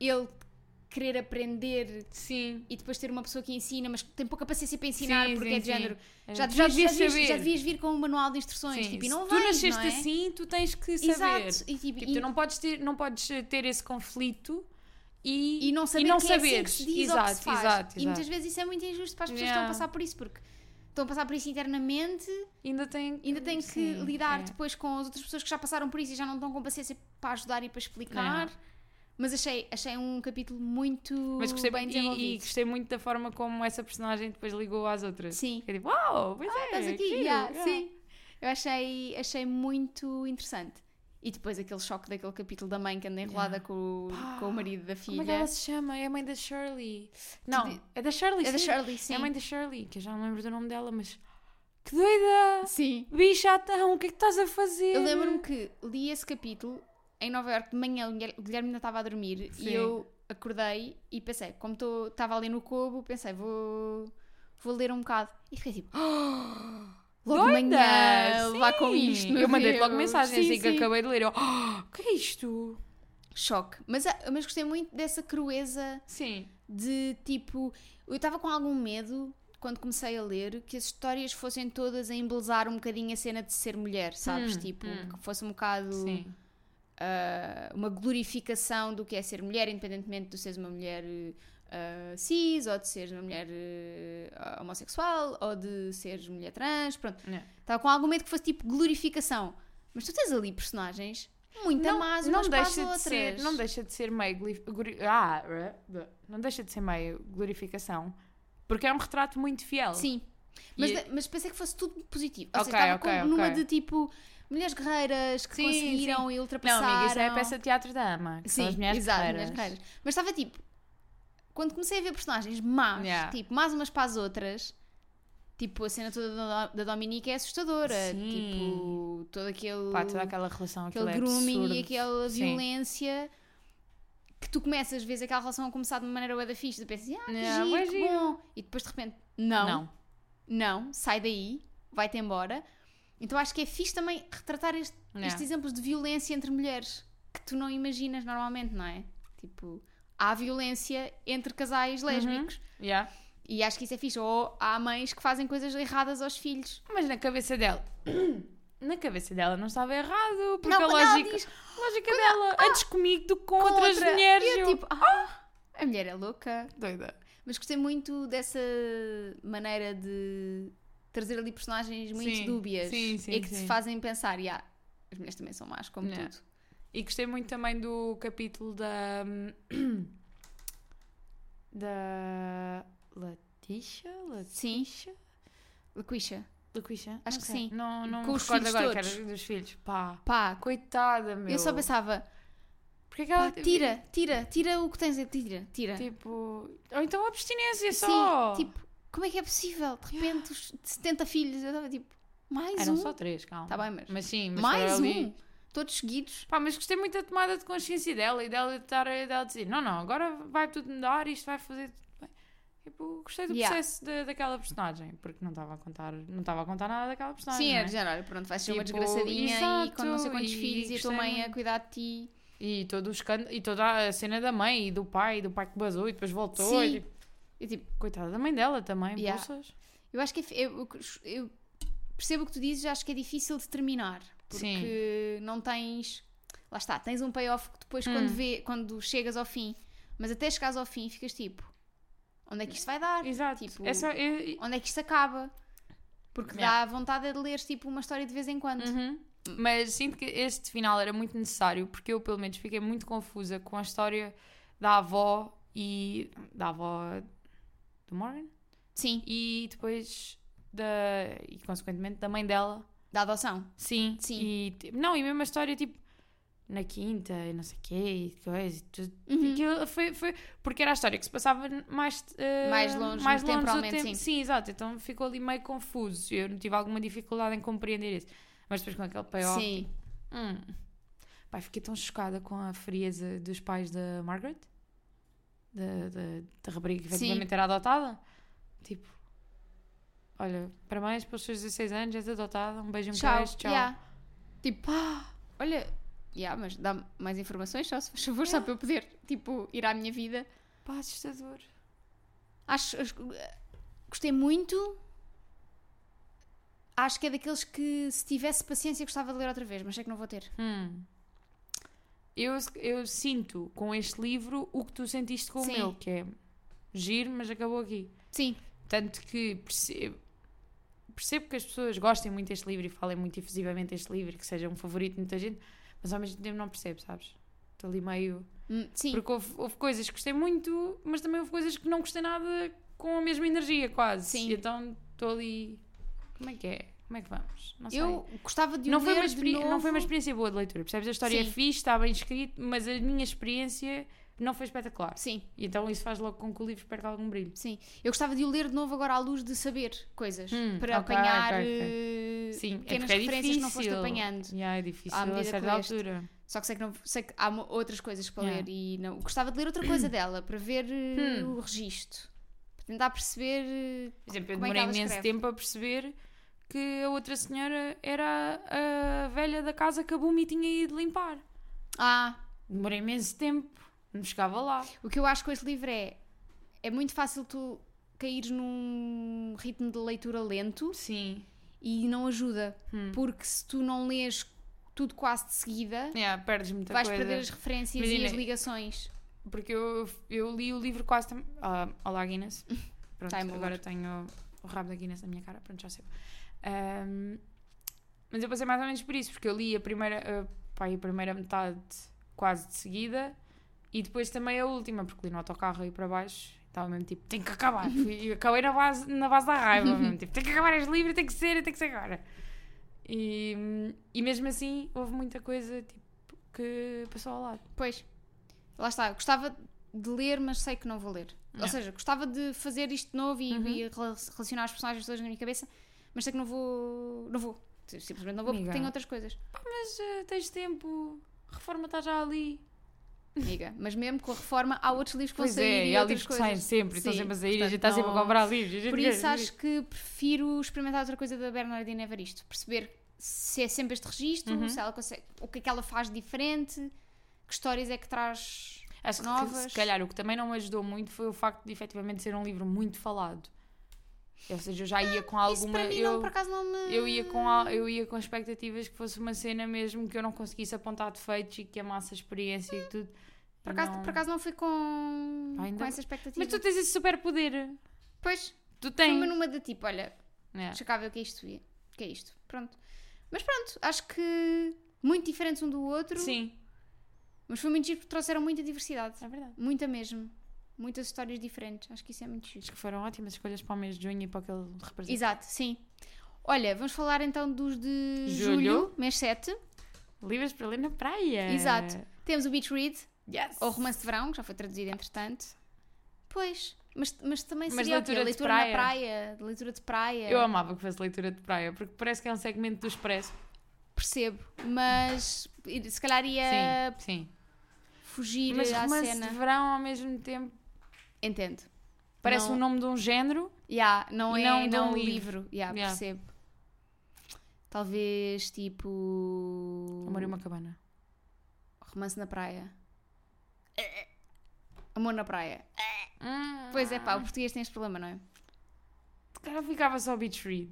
[SPEAKER 2] ele querer aprender
[SPEAKER 1] Sim.
[SPEAKER 2] e depois ter uma pessoa que ensina, mas que tem pouca paciência para ensinar
[SPEAKER 1] Sim,
[SPEAKER 2] porque
[SPEAKER 1] sim,
[SPEAKER 2] é de
[SPEAKER 1] sim.
[SPEAKER 2] género.
[SPEAKER 1] É,
[SPEAKER 2] Já,
[SPEAKER 1] tu
[SPEAKER 2] já
[SPEAKER 1] já devias
[SPEAKER 2] devias,
[SPEAKER 1] saber.
[SPEAKER 2] já devias vir com um manual de instruções.
[SPEAKER 1] Sim,
[SPEAKER 2] tipo, e
[SPEAKER 1] se
[SPEAKER 2] não
[SPEAKER 1] tu
[SPEAKER 2] vais,
[SPEAKER 1] nasceste
[SPEAKER 2] não é?
[SPEAKER 1] assim, tu tens que saber.
[SPEAKER 2] Exato. E, tipo,
[SPEAKER 1] Tipo,
[SPEAKER 2] e-
[SPEAKER 1] tu não podes ter, não podes eh, ter esse conflito e,
[SPEAKER 2] e não saber
[SPEAKER 1] e não
[SPEAKER 2] que é assim que
[SPEAKER 1] saberes.
[SPEAKER 2] se diz ou que
[SPEAKER 1] exato,
[SPEAKER 2] se faz.
[SPEAKER 1] exato,
[SPEAKER 2] E muitas
[SPEAKER 1] exato.
[SPEAKER 2] vezes isso é muito injusto para as pessoas que
[SPEAKER 1] Yeah.
[SPEAKER 2] estão a passar por isso, porque estão a passar por isso internamente
[SPEAKER 1] Ainda tem,
[SPEAKER 2] ainda tenho que
[SPEAKER 1] Sim,
[SPEAKER 2] lidar
[SPEAKER 1] é.
[SPEAKER 2] depois com as outras pessoas que já passaram por isso e já não estão com paciência para ajudar e para explicar. Mas achei, achei um capítulo muito
[SPEAKER 1] Mas gostei
[SPEAKER 2] bem
[SPEAKER 1] bem
[SPEAKER 2] desenvolvido.
[SPEAKER 1] e, e gostei muito da forma como essa personagem depois ligou às outras.
[SPEAKER 2] Sim. Ah,
[SPEAKER 1] Fiquei tipo, uau, pois é,
[SPEAKER 2] Estás aqui,
[SPEAKER 1] giro,
[SPEAKER 2] yeah,
[SPEAKER 1] yeah."
[SPEAKER 2] sim. Eu achei, achei muito interessante. E depois aquele choque daquele capítulo da mãe que anda enrolada com, o, com o marido da
[SPEAKER 1] Como é que ela
[SPEAKER 2] filha.
[SPEAKER 1] se chama? É a mãe da Shirley. Não,
[SPEAKER 2] di-
[SPEAKER 1] é da Shirley,
[SPEAKER 2] É da
[SPEAKER 1] sim.
[SPEAKER 2] Shirley, sim.
[SPEAKER 1] É a mãe da Shirley, que eu já não lembro do nome dela, mas... Que doida!
[SPEAKER 2] Sim.
[SPEAKER 1] Bicha, então, o que é que estás a fazer?
[SPEAKER 2] Eu lembro-me que li esse capítulo em Nova Iorque de manhã, o Guilher- o Guilherme ainda estava a dormir
[SPEAKER 1] Sim.
[SPEAKER 2] e eu acordei e pensei, como tô- estava ali no cubo, pensei, vou, vou ler um bocado. E fiquei tipo, "Ah, logo de
[SPEAKER 1] Doida,
[SPEAKER 2] manhã, levar
[SPEAKER 1] sim.
[SPEAKER 2] com isto. meu
[SPEAKER 1] Eu mandei-te logo
[SPEAKER 2] Deus."
[SPEAKER 1] mensagem
[SPEAKER 2] Sim,
[SPEAKER 1] assim que
[SPEAKER 2] sim.
[SPEAKER 1] acabei de ler. Eu, "Ah, o que é isto?
[SPEAKER 2] Choque. Mas, ah, mas gostei muito dessa crueza
[SPEAKER 1] Sim.
[SPEAKER 2] de tipo, eu estava com algum medo quando comecei a ler que as histórias fossem todas a embelezar um bocadinho a cena de ser mulher, sabes?
[SPEAKER 1] Hum,
[SPEAKER 2] tipo,
[SPEAKER 1] hum.
[SPEAKER 2] que fosse um bocado.
[SPEAKER 1] Sim.
[SPEAKER 2] ah, uma glorificação do que é ser mulher, independentemente de seres uma mulher ah, cis, ou de seres uma mulher ah, homossexual, ou de seres mulher trans, pronto.
[SPEAKER 1] Yeah.
[SPEAKER 2] Estava com algum medo que fosse tipo glorificação. Mas tu tens ali personagens muito
[SPEAKER 1] não,
[SPEAKER 2] más
[SPEAKER 1] não
[SPEAKER 2] umas para as
[SPEAKER 1] deixa de ser
[SPEAKER 2] outras.
[SPEAKER 1] não deixa de ser meio glif- guri- ah, rã, blá. não deixa de ser meio glorificação porque é um retrato muito fiel
[SPEAKER 2] Sim. Mas,
[SPEAKER 1] E-
[SPEAKER 2] de- mas pensei que fosse tudo positivo. Ou
[SPEAKER 1] Ok,
[SPEAKER 2] seja, estava
[SPEAKER 1] ok,
[SPEAKER 2] com, numa
[SPEAKER 1] ok.
[SPEAKER 2] de tipo mulheres guerreiras que
[SPEAKER 1] Sim,
[SPEAKER 2] conseguiram e
[SPEAKER 1] não
[SPEAKER 2] ultrapassaram.
[SPEAKER 1] amiga isso é a peça de teatro da ama que
[SPEAKER 2] Sim,
[SPEAKER 1] são as mulheres
[SPEAKER 2] exato,
[SPEAKER 1] guerreiras.
[SPEAKER 2] mulheres guerreiras. Mas estava tipo. Quando comecei a ver personagens más,
[SPEAKER 1] Yeah.
[SPEAKER 2] tipo, más umas para as outras, tipo, a cena toda da, da Dominique é assustadora.
[SPEAKER 1] Sim.
[SPEAKER 2] Tipo, todo aquele.
[SPEAKER 1] Pá, toda aquela relação
[SPEAKER 2] aquele
[SPEAKER 1] aquilo é
[SPEAKER 2] grooming
[SPEAKER 1] absurdo.
[SPEAKER 2] e aquela
[SPEAKER 1] Sim.
[SPEAKER 2] violência que tu começas, vês aquela relação a começar de uma maneira bué da fixe, tu pensas, ah, que
[SPEAKER 1] Yeah,
[SPEAKER 2] giro,
[SPEAKER 1] bué
[SPEAKER 2] que
[SPEAKER 1] giro."
[SPEAKER 2] bom. E depois de repente, não, não,
[SPEAKER 1] não
[SPEAKER 2] sai daí, vai-te embora. Então acho que é fixe também retratar este-
[SPEAKER 1] Yeah.
[SPEAKER 2] estes exemplos de violência entre mulheres que tu não imaginas normalmente, não é? Tipo, há violência entre casais
[SPEAKER 1] Uhum.
[SPEAKER 2] lésbicos.
[SPEAKER 1] Yeah.
[SPEAKER 2] E acho que isso é fixe. Ou há mães que fazem coisas erradas aos filhos.
[SPEAKER 1] mas na cabeça dela na cabeça dela não estava errado porque
[SPEAKER 2] Não,
[SPEAKER 1] a
[SPEAKER 2] quando ela
[SPEAKER 1] lógica
[SPEAKER 2] diz, ah,
[SPEAKER 1] a lógica dela antes comigo do que com,
[SPEAKER 2] com
[SPEAKER 1] outras
[SPEAKER 2] outra-
[SPEAKER 1] mulheres
[SPEAKER 2] E eu,
[SPEAKER 1] eu-
[SPEAKER 2] tipo, ah, a mulher é louca.
[SPEAKER 1] doida
[SPEAKER 2] Mas gostei muito dessa maneira de trazer ali personagens muito
[SPEAKER 1] Sim,
[SPEAKER 2] dúbias
[SPEAKER 1] sim, sim,
[SPEAKER 2] e que te
[SPEAKER 1] sim.
[SPEAKER 2] fazem pensar, "Ya, as mulheres também são más, como
[SPEAKER 1] Yeah.
[SPEAKER 2] tudo.
[SPEAKER 1] E gostei muito também do capítulo da. hum, da. Latisha?
[SPEAKER 2] Sim.
[SPEAKER 1] Latisha?
[SPEAKER 2] Laquisha.
[SPEAKER 1] Laquisha?
[SPEAKER 2] Acho
[SPEAKER 1] Não
[SPEAKER 2] que
[SPEAKER 1] sei.
[SPEAKER 2] sim.
[SPEAKER 1] Não, não
[SPEAKER 2] Com
[SPEAKER 1] me
[SPEAKER 2] os
[SPEAKER 1] recordo
[SPEAKER 2] filhos
[SPEAKER 1] agora,
[SPEAKER 2] todos.
[SPEAKER 1] que era dos filhos. Pá,
[SPEAKER 2] Pá,
[SPEAKER 1] coitada, meu.
[SPEAKER 2] eu só pensava,
[SPEAKER 1] Porque é que
[SPEAKER 2] pá,
[SPEAKER 1] ela teve-
[SPEAKER 2] tira, tira, tira o que tens, tira, tira.
[SPEAKER 1] Tipo. Ou então abstinência
[SPEAKER 2] Sim,
[SPEAKER 1] só.
[SPEAKER 2] tipo, como é que é possível? De repente, os 70 filhos, eu estava tipo, mais
[SPEAKER 1] Eram
[SPEAKER 2] um?
[SPEAKER 1] só três, calma.
[SPEAKER 2] Tá bem, mas-
[SPEAKER 1] Mas sim, mas
[SPEAKER 2] mais
[SPEAKER 1] foi ali-
[SPEAKER 2] um? Todos seguidos?
[SPEAKER 1] Pá, mas gostei muito da tomada de consciência dela e dela estar a dela dizer: não, não, agora vai tudo mudar, isto vai fazer tudo bem. Tipo, gostei do
[SPEAKER 2] Yeah.
[SPEAKER 1] processo da- daquela personagem, porque não estava a contar, não estava a contar nada daquela personagem.
[SPEAKER 2] Sim,
[SPEAKER 1] não
[SPEAKER 2] é
[SPEAKER 1] é?
[SPEAKER 2] de género, olha, pronto, vais ser uma
[SPEAKER 1] Tipo,
[SPEAKER 2] desgraçadinha e com não sei
[SPEAKER 1] exato,
[SPEAKER 2] quantos
[SPEAKER 1] e
[SPEAKER 2] filhos e a tua
[SPEAKER 1] gostei
[SPEAKER 2] mãe a
[SPEAKER 1] muito.
[SPEAKER 2] cuidar de ti.
[SPEAKER 1] E todo o escândalo, e toda a cena da mãe e do pai, e do pai que basou e depois voltou.
[SPEAKER 2] Sim.
[SPEAKER 1] E, tipo,
[SPEAKER 2] Eu tipo,
[SPEAKER 1] coitada da mãe dela também,
[SPEAKER 2] Yeah.
[SPEAKER 1] bolsas.
[SPEAKER 2] Eu acho que é fi- eu, eu- eu percebo o que tu dizes, acho que é difícil de terminar porque não tens lá está, tens um payoff que depois quando, vê, quando chegas ao fim, mas até chegares ao fim ficas tipo, onde é que isto vai dar?
[SPEAKER 1] Exato.
[SPEAKER 2] Tipo,
[SPEAKER 1] É só- é- é-
[SPEAKER 2] Onde é que isto acaba? Porque
[SPEAKER 1] Yeah.
[SPEAKER 2] dá vontade de ler tipo uma história de vez em quando.
[SPEAKER 1] Uhum. Mas sinto que este final era muito necessário porque eu, pelo menos, fiquei muito confusa com a história da avó e. da avó do Moran?
[SPEAKER 2] Sim,
[SPEAKER 1] e depois da e consequentemente da mãe dela
[SPEAKER 2] da adoção.
[SPEAKER 1] sim
[SPEAKER 2] Sim.
[SPEAKER 1] e ti- não e mesmo a história tipo na quinta e não sei o quê e coisa e tudo
[SPEAKER 2] Uhum.
[SPEAKER 1] Aquilo foi, foi porque era a história que se passava mais eh,
[SPEAKER 2] Mais longe,
[SPEAKER 1] mais longe do
[SPEAKER 2] temporalmente,
[SPEAKER 1] tempo.
[SPEAKER 2] sim.
[SPEAKER 1] exato então ficou ali meio confuso eu tive alguma dificuldade em compreender isso mas depois com aquele payoff
[SPEAKER 2] Sim.
[SPEAKER 1] hum. Pai, fiquei tão chocada com a frieza dos pais da Margaret da, da, da rapariga que
[SPEAKER 2] Sim.
[SPEAKER 1] efetivamente era adotada tipo olha, parabéns pelos seus 16 anos és adotada, um beijo em
[SPEAKER 2] Tchau.
[SPEAKER 1] queijo, tchau
[SPEAKER 2] Yeah. Tipo, ah, olha, yeah, mas dá mais informações só, se faz favor, só para eu poder tipo ir à minha vida.
[SPEAKER 1] pá, assustador
[SPEAKER 2] Acho, acho- gostei muito. Acho que é daqueles que, se tivesse paciência, gostava de ler outra vez, mas sei que não vou ter.
[SPEAKER 1] Hum. Eu, eu sinto com este livro o que tu sentiste com
[SPEAKER 2] Sim.
[SPEAKER 1] o meu, que é giro, mas acabou aqui.
[SPEAKER 2] Sim,
[SPEAKER 1] Tanto que percebo, percebo que as pessoas gostem muito deste livro e falem muito efusivamente deste livro, que seja um favorito de muita gente, mas ao mesmo tempo não percebo, sabes? Estou ali meio.
[SPEAKER 2] Hum, sim,
[SPEAKER 1] Porque houve, houve coisas que gostei muito, mas também houve coisas que não gostei nada com a mesma energia, quase.
[SPEAKER 2] Sim.
[SPEAKER 1] E então estou ali. Como é que é? Como é que vamos? Não sei.
[SPEAKER 2] eu gostava de o
[SPEAKER 1] Não foi,
[SPEAKER 2] ler
[SPEAKER 1] uma
[SPEAKER 2] de
[SPEAKER 1] experi-
[SPEAKER 2] novo.
[SPEAKER 1] não foi uma experiência boa de leitura, percebes? A história
[SPEAKER 2] Sim.
[SPEAKER 1] é fixe, está bem escrito, mas a minha experiência não foi espetacular.
[SPEAKER 2] Sim,
[SPEAKER 1] E então isso faz logo com que o livro perca algum brilho.
[SPEAKER 2] sim. Eu gostava de o ler de novo agora à luz de saber coisas,
[SPEAKER 1] Hum,
[SPEAKER 2] para
[SPEAKER 1] ok,
[SPEAKER 2] apanhar
[SPEAKER 1] ok,
[SPEAKER 2] eh,
[SPEAKER 1] Sim, é
[SPEAKER 2] pequenas
[SPEAKER 1] porque é
[SPEAKER 2] referências que não foste
[SPEAKER 1] difícil.
[SPEAKER 2] apanhando.
[SPEAKER 1] Yeah, é difícil
[SPEAKER 2] À medida
[SPEAKER 1] a
[SPEAKER 2] que
[SPEAKER 1] certa
[SPEAKER 2] leste.
[SPEAKER 1] altura.
[SPEAKER 2] Só que sei que, não, sei que há mo- outras coisas para
[SPEAKER 1] Yeah.
[SPEAKER 2] ler e não. Gostava de ler outra coisa dela para ver eh,
[SPEAKER 1] Hum.
[SPEAKER 2] o registro. Para tentar perceber. eh,
[SPEAKER 1] Por exemplo, eu
[SPEAKER 2] Como é que
[SPEAKER 1] demorei
[SPEAKER 2] ela
[SPEAKER 1] imenso
[SPEAKER 2] escreve?
[SPEAKER 1] tempo a perceber que a outra senhora era a- a velha da casa que a Bumi tinha ido limpar.
[SPEAKER 2] Ah,
[SPEAKER 1] Demorei imenso tempo, não chegava lá.
[SPEAKER 2] o que eu acho com este livro é. É muito fácil tu caíres num ritmo de leitura lento
[SPEAKER 1] Sim. Hum.
[SPEAKER 2] e não ajuda. Porque se tu não lês tudo quase de seguida,
[SPEAKER 1] Yeah, perdes muita
[SPEAKER 2] vais
[SPEAKER 1] coisa.
[SPEAKER 2] perder as referências e
[SPEAKER 1] Imagina-
[SPEAKER 2] as ligações.
[SPEAKER 1] Porque eu, eu li o livro quase também. olá, Guinness. Pronto,
[SPEAKER 2] Time over.
[SPEAKER 1] agora tenho o rabo da Guinness na minha cara. Pronto, já sei. Ahm, mas eu passei mais ou menos por isso, porque eu li a primeira, ah, pá, aí a primeira metade quase de seguida e depois também a última, porque li no autocarro aí para baixo. Estava mesmo tipo, tem que acabar. Fui- E acabei na base, na base da raiva mesmo. Tipo, tem que acabar este livro, tem que ser, tem que ser agora. E, e mesmo assim, houve muita coisa tipo, que passou ao lado.
[SPEAKER 2] Pois, lá está, eu gostava de ler, mas sei que não vou ler. Ou
[SPEAKER 1] Yeah.
[SPEAKER 2] seja, gostava de fazer isto de novo e,
[SPEAKER 1] Uhum.
[SPEAKER 2] e rela- relacionar as personagens todas na minha cabeça, mas sei que não vou, não vou. Simplesmente não vou
[SPEAKER 1] Amiga.
[SPEAKER 2] porque tenho outras coisas.
[SPEAKER 1] Mas eh, tens tempo, a reforma está já ali.
[SPEAKER 2] Amiga, mas mesmo com a reforma há outros livros que vão
[SPEAKER 1] Pois
[SPEAKER 2] sair
[SPEAKER 1] é,
[SPEAKER 2] e,
[SPEAKER 1] e há
[SPEAKER 2] outras
[SPEAKER 1] livros que saem
[SPEAKER 2] coisas.
[SPEAKER 1] sempre, estão
[SPEAKER 2] Sim,
[SPEAKER 1] sempre a sair e a gente
[SPEAKER 2] portanto,
[SPEAKER 1] está sempre a
[SPEAKER 2] não-
[SPEAKER 1] comprar livros. e a gente
[SPEAKER 2] Por
[SPEAKER 1] quer-
[SPEAKER 2] isso acho que prefiro experimentar outra coisa da Bernardina Evaristo, perceber se é sempre este registro,
[SPEAKER 1] Uhum.
[SPEAKER 2] se ela consegue, o que é que ela faz diferente, que histórias é que traz
[SPEAKER 1] Acho que se
[SPEAKER 2] novas.
[SPEAKER 1] calhar o que também não me ajudou muito foi o facto de efetivamente ser um livro muito falado. Ou seja, eu já ia com alguma.
[SPEAKER 2] Ah, Isso para mim
[SPEAKER 1] eu,
[SPEAKER 2] não, por acaso não me.
[SPEAKER 1] eu ia com a- eu ia com expectativas que fosse uma cena mesmo que eu não conseguisse apontar defeitos e que amasse a experiência e tudo.
[SPEAKER 2] Por
[SPEAKER 1] E
[SPEAKER 2] acaso,
[SPEAKER 1] não-
[SPEAKER 2] por acaso não fui com,
[SPEAKER 1] Ah, ainda
[SPEAKER 2] com
[SPEAKER 1] bem.
[SPEAKER 2] essa expectativa.
[SPEAKER 1] Mas tu tens esse superpoder.
[SPEAKER 2] Pois,
[SPEAKER 1] Tu
[SPEAKER 2] foi-me
[SPEAKER 1] tens.
[SPEAKER 2] numa de tipo, olha,
[SPEAKER 1] É.
[SPEAKER 2] deixa cá ver o que é isto. O que é isto? Pronto. Mas pronto, acho que muito diferentes um do outro.
[SPEAKER 1] Sim,
[SPEAKER 2] Mas foi muito giro porque trouxeram muita diversidade.
[SPEAKER 1] é verdade.
[SPEAKER 2] Muita mesmo. Muitas histórias diferentes. Acho que isso é muito giro.
[SPEAKER 1] Acho que foram ótimas escolhas para o mês de junho e para aquele representante.
[SPEAKER 2] Exato, sim. Olha, vamos falar então dos de julho,
[SPEAKER 1] Julho. É.
[SPEAKER 2] mês 7.
[SPEAKER 1] Livros para ler na praia.
[SPEAKER 2] Exato. Temos o Beach Read,
[SPEAKER 1] Yes.
[SPEAKER 2] ou Romance de Verão, que já foi traduzido entretanto. Pois, mas, mas também
[SPEAKER 1] Mas
[SPEAKER 2] seria o quê?
[SPEAKER 1] leitura de
[SPEAKER 2] leitura
[SPEAKER 1] praia.
[SPEAKER 2] na praia, de leitura de praia.
[SPEAKER 1] Eu amava que fosse leitura de praia, porque parece que é um segmento do Expresso.
[SPEAKER 2] Percebo, mas se calhar ia
[SPEAKER 1] Sim, sim.
[SPEAKER 2] fugir
[SPEAKER 1] Mas
[SPEAKER 2] É, à
[SPEAKER 1] romance
[SPEAKER 2] cena.
[SPEAKER 1] de verão ao mesmo tempo
[SPEAKER 2] Entendo.
[SPEAKER 1] parece
[SPEAKER 2] Não-
[SPEAKER 1] o nome de um género.
[SPEAKER 2] Yeah, não
[SPEAKER 1] E
[SPEAKER 2] é
[SPEAKER 1] não
[SPEAKER 2] não,
[SPEAKER 1] de um
[SPEAKER 2] um
[SPEAKER 1] livro.
[SPEAKER 2] livro. Yeah,
[SPEAKER 1] Yeah.
[SPEAKER 2] Percebo. Talvez tipo.
[SPEAKER 1] Amor e uma cabana.
[SPEAKER 2] Romance na praia. Amor na praia.
[SPEAKER 1] Hum,
[SPEAKER 2] Pois é, pá,
[SPEAKER 1] Ah.
[SPEAKER 2] o português tem este problema, não é?
[SPEAKER 1] De cara ficava só Beach Read.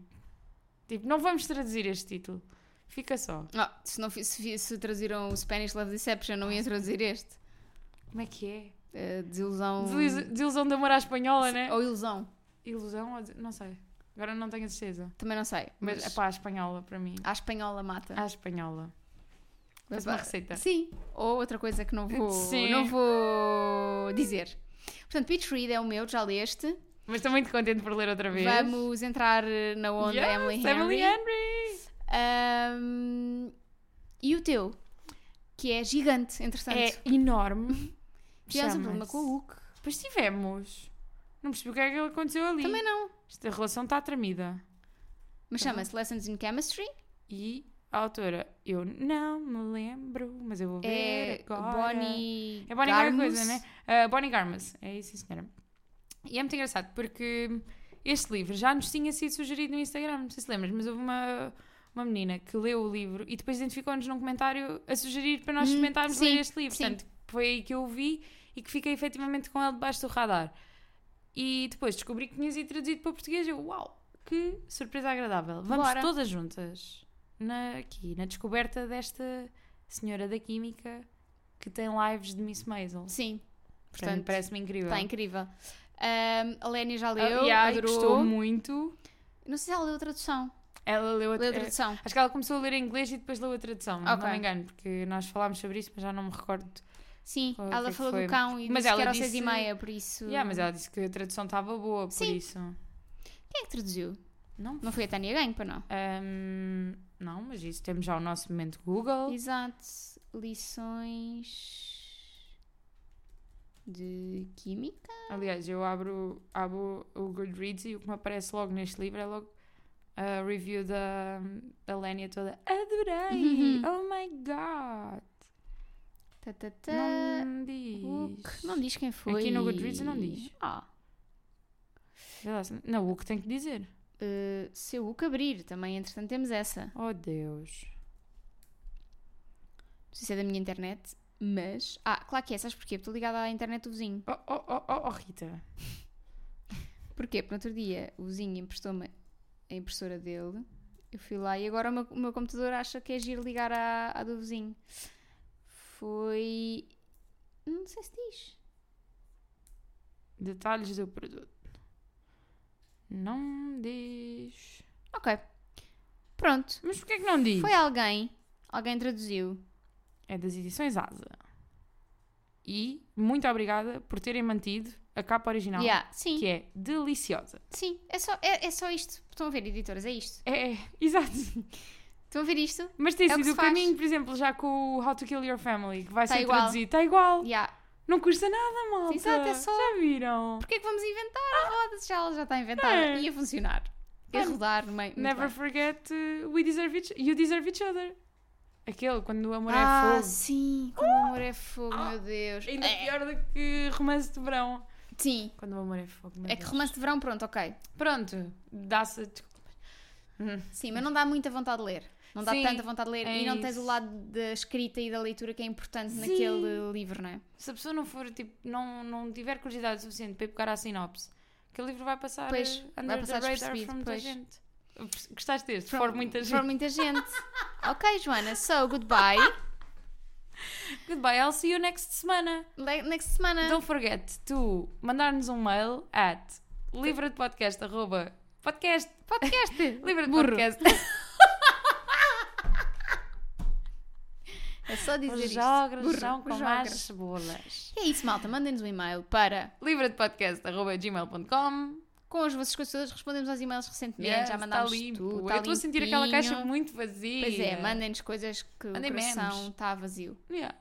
[SPEAKER 1] Tipo, não vamos traduzir este título. Fica só.
[SPEAKER 2] Ah, se, não, fi- se, fi- se traduziram o Spanish Love Deception, não ia traduzir este.
[SPEAKER 1] Como é que é?
[SPEAKER 2] Eh, desilusão.
[SPEAKER 1] Desilu- Desilusão de amor à espanhola, né?
[SPEAKER 2] Ou ilusão.
[SPEAKER 1] Ilusão? ou des- Não sei. Agora não tenho a certeza.
[SPEAKER 2] Também não sei.
[SPEAKER 1] Mas,
[SPEAKER 2] Mas, Ah.
[SPEAKER 1] é pá, a espanhola para mim.
[SPEAKER 2] a espanhola mata.
[SPEAKER 1] A espanhola. Faz
[SPEAKER 2] Epá,
[SPEAKER 1] uma receita.
[SPEAKER 2] Sim, ou outra coisa que não vou,
[SPEAKER 1] Sim.
[SPEAKER 2] não vou dizer. Portanto, Peach Read é o meu, já leste.
[SPEAKER 1] Mas estou muito contente por ler outra vez.
[SPEAKER 2] Vamos entrar eh, na onda
[SPEAKER 1] Yes,
[SPEAKER 2] Emily Henry.
[SPEAKER 1] Emily Henry!
[SPEAKER 2] Ahm, e o teu, que é gigante, entretanto.
[SPEAKER 1] é enorme.
[SPEAKER 2] Tivemos um
[SPEAKER 1] Chama-se-
[SPEAKER 2] problema com o Hulk.
[SPEAKER 1] Pois tivemos. Não percebi o que é que aconteceu ali.
[SPEAKER 2] Também não.
[SPEAKER 1] Esta relação está tramida.
[SPEAKER 2] Mas chama-se Lessons in Chemistry.
[SPEAKER 1] E a autora, eu não me lembro, mas eu vou ver
[SPEAKER 2] É
[SPEAKER 1] agora.
[SPEAKER 2] Bonnie.
[SPEAKER 1] É Bonnie qualquer
[SPEAKER 2] Garmus.
[SPEAKER 1] coisa, né? Ah, Bonnie Garmus. É isso, sim, senhora. E é muito engraçado porque este livro já nos tinha sido sugerido no Instagram, não sei se lembras, mas houve uma, uma menina que leu o livro e depois identificou-nos num comentário a sugerir para nós
[SPEAKER 2] Hum,
[SPEAKER 1] experimentarmos
[SPEAKER 2] sim,
[SPEAKER 1] ler este livro.
[SPEAKER 2] sim.
[SPEAKER 1] Portanto, foi aí que eu o vi e que fiquei efetivamente com ele debaixo do radar. E depois descobri que tinha sido traduzido para português e eu, uau, que surpresa agradável. Vamos
[SPEAKER 2] Bora.
[SPEAKER 1] todas juntas na- aqui, na descoberta desta senhora da química que tem lives de Miss Maisel.
[SPEAKER 2] Sim,
[SPEAKER 1] Portanto,
[SPEAKER 2] Portanto,
[SPEAKER 1] parece-me incrível.
[SPEAKER 2] está incrível. Ahm, a Lénia já leu,
[SPEAKER 1] Ah, yeah,
[SPEAKER 2] adorou.
[SPEAKER 1] gostou muito.
[SPEAKER 2] Não sei se ela leu a tradução.
[SPEAKER 1] Ela leu a,
[SPEAKER 2] Leu a
[SPEAKER 1] eh,
[SPEAKER 2] tradução.
[SPEAKER 1] Acho que ela começou a ler em inglês e depois leu a tradução, não
[SPEAKER 2] Ok.
[SPEAKER 1] me engano, porque nós falámos sobre isso, mas já não me recordo.
[SPEAKER 2] Sim,
[SPEAKER 1] Ou o que é
[SPEAKER 2] ela
[SPEAKER 1] que
[SPEAKER 2] falou
[SPEAKER 1] foi?
[SPEAKER 2] do cão e
[SPEAKER 1] Mas
[SPEAKER 2] disse
[SPEAKER 1] ela
[SPEAKER 2] que era às
[SPEAKER 1] disse-
[SPEAKER 2] seis e meia, por isso...
[SPEAKER 1] Yeah, mas ela disse que a tradução estava boa, por
[SPEAKER 2] Hum. Sim.
[SPEAKER 1] isso.
[SPEAKER 2] Quem é que traduziu?
[SPEAKER 1] Não.
[SPEAKER 2] Não foi a Tânia Ganho, para não?
[SPEAKER 1] Ahm, não, mas isso temos já o nosso momento Google.
[SPEAKER 2] Exato. Lições de Química?
[SPEAKER 1] Aliás, eu abro, abro o Goodreads e o que me aparece logo neste livro é logo a review da, da Lénia toda. Adorei! oh my god!
[SPEAKER 2] Tá, tá, tá.
[SPEAKER 1] Não me diz.
[SPEAKER 2] Hulk. Não diz quem foi.
[SPEAKER 1] Aqui no Goodreads não diz.
[SPEAKER 2] Ah,
[SPEAKER 1] Vê lá se- Não, o que tem que dizer?
[SPEAKER 2] eh, se o Hulk abrir, também entretanto temos essa.
[SPEAKER 1] Oh Deus.
[SPEAKER 2] Não sei se é da minha internet, mas... Ah, claro que é, sabes porquê? Porque Estou ligada à internet do vizinho.
[SPEAKER 1] Oh, oh, oh, oh, oh, Rita.
[SPEAKER 2] Porquê? Porque no outro dia o vizinho emprestou-me a impressora dele Eu fui lá e agora o meu, o meu computador acha que é giro ligar à, à do vizinho. Foi. Não sei se diz.
[SPEAKER 1] Detalhes do produto. Não diz.
[SPEAKER 2] Ok. Pronto.
[SPEAKER 1] Mas porquê que não diz?
[SPEAKER 2] Foi alguém. Alguém traduziu.
[SPEAKER 1] É das edições Asa. E muito obrigada por terem mantido a capa original,
[SPEAKER 2] Yeah, Sim,
[SPEAKER 1] que é deliciosa.
[SPEAKER 2] sim. É só, é, é só isto. Estão a ver, editoras, é isto.
[SPEAKER 1] É, é, exato.
[SPEAKER 2] Estão a ver isto?
[SPEAKER 1] Mas tem
[SPEAKER 2] É o que
[SPEAKER 1] sido
[SPEAKER 2] se
[SPEAKER 1] o
[SPEAKER 2] faz.
[SPEAKER 1] caminho, por exemplo, já com o How to Kill Your Family, que vai
[SPEAKER 2] Tá
[SPEAKER 1] ser
[SPEAKER 2] igual.
[SPEAKER 1] traduzido. Está igual.
[SPEAKER 2] Yeah.
[SPEAKER 1] Não custa nada, malta.
[SPEAKER 2] Exato, é só-
[SPEAKER 1] Já viram?
[SPEAKER 2] Porquê é que vamos inventar a roda se já ela já está inventada?
[SPEAKER 1] Ah. É.
[SPEAKER 2] Ia funcionar. Ia
[SPEAKER 1] Olha,
[SPEAKER 2] rodar no meio. muito
[SPEAKER 1] Never
[SPEAKER 2] bem.
[SPEAKER 1] forget uh, we deserve each, you deserve each other. Aquele, quando o amor
[SPEAKER 2] ah,
[SPEAKER 1] é fogo. Ah.
[SPEAKER 2] sim. Quando o amor é fogo, meu Deus.
[SPEAKER 1] Ainda
[SPEAKER 2] É,
[SPEAKER 1] pior do que romance de verão.
[SPEAKER 2] Sim.
[SPEAKER 1] Quando o amor é fogo. meu
[SPEAKER 2] É que
[SPEAKER 1] Deus.
[SPEAKER 2] romance de verão, pronto, ok.
[SPEAKER 1] Pronto, dá-se. desculpa.
[SPEAKER 2] Sim, mas não dá muita vontade de ler. Não dá
[SPEAKER 1] Sim,
[SPEAKER 2] tanta vontade de ler.
[SPEAKER 1] é
[SPEAKER 2] e não tens o
[SPEAKER 1] isso.
[SPEAKER 2] lado da escrita e da leitura que é importante
[SPEAKER 1] Sim.
[SPEAKER 2] naquele livro, não é?
[SPEAKER 1] Se a pessoa não for, tipo, não, não tiver curiosidade suficiente para ir pegar à sinopse, aquele livro vai passar
[SPEAKER 2] Pois,
[SPEAKER 1] eh,
[SPEAKER 2] vai
[SPEAKER 1] under the
[SPEAKER 2] passar
[SPEAKER 1] radar
[SPEAKER 2] despercebido,
[SPEAKER 1] from muita
[SPEAKER 2] pois.
[SPEAKER 1] gente. Gostaste deste? For muita
[SPEAKER 2] For
[SPEAKER 1] gente.
[SPEAKER 2] muita gente. ok, Joana, so goodbye.
[SPEAKER 1] Goodbye, I'll see you next semana.
[SPEAKER 2] Le- Next semana.
[SPEAKER 1] Don't forget to mandar-nos um mail at livradepodcast arroba podcast
[SPEAKER 2] Podcast.
[SPEAKER 1] livra de
[SPEAKER 2] Burro.
[SPEAKER 1] podcast
[SPEAKER 2] É só dizer
[SPEAKER 1] os
[SPEAKER 2] isto.
[SPEAKER 1] jogras
[SPEAKER 2] Burro,
[SPEAKER 1] são com
[SPEAKER 2] os
[SPEAKER 1] mais
[SPEAKER 2] jogras.
[SPEAKER 1] cebolas
[SPEAKER 2] E é isso, malta. Mandem-nos um e-mail para
[SPEAKER 1] livra de podcast arroba gmail.com
[SPEAKER 2] Com as vossas coisas todas, respondemos aos e-mails recentemente,
[SPEAKER 1] Yes,
[SPEAKER 2] já
[SPEAKER 1] tá
[SPEAKER 2] mandámos
[SPEAKER 1] limpo.
[SPEAKER 2] tudo.
[SPEAKER 1] eu
[SPEAKER 2] tá
[SPEAKER 1] a sentir aquela caixa
[SPEAKER 2] limpinho.
[SPEAKER 1] muito vazia
[SPEAKER 2] Pois é, mandem-nos coisas que
[SPEAKER 1] Mandem
[SPEAKER 2] o coração
[SPEAKER 1] memes.
[SPEAKER 2] está vazio.
[SPEAKER 1] Yeah.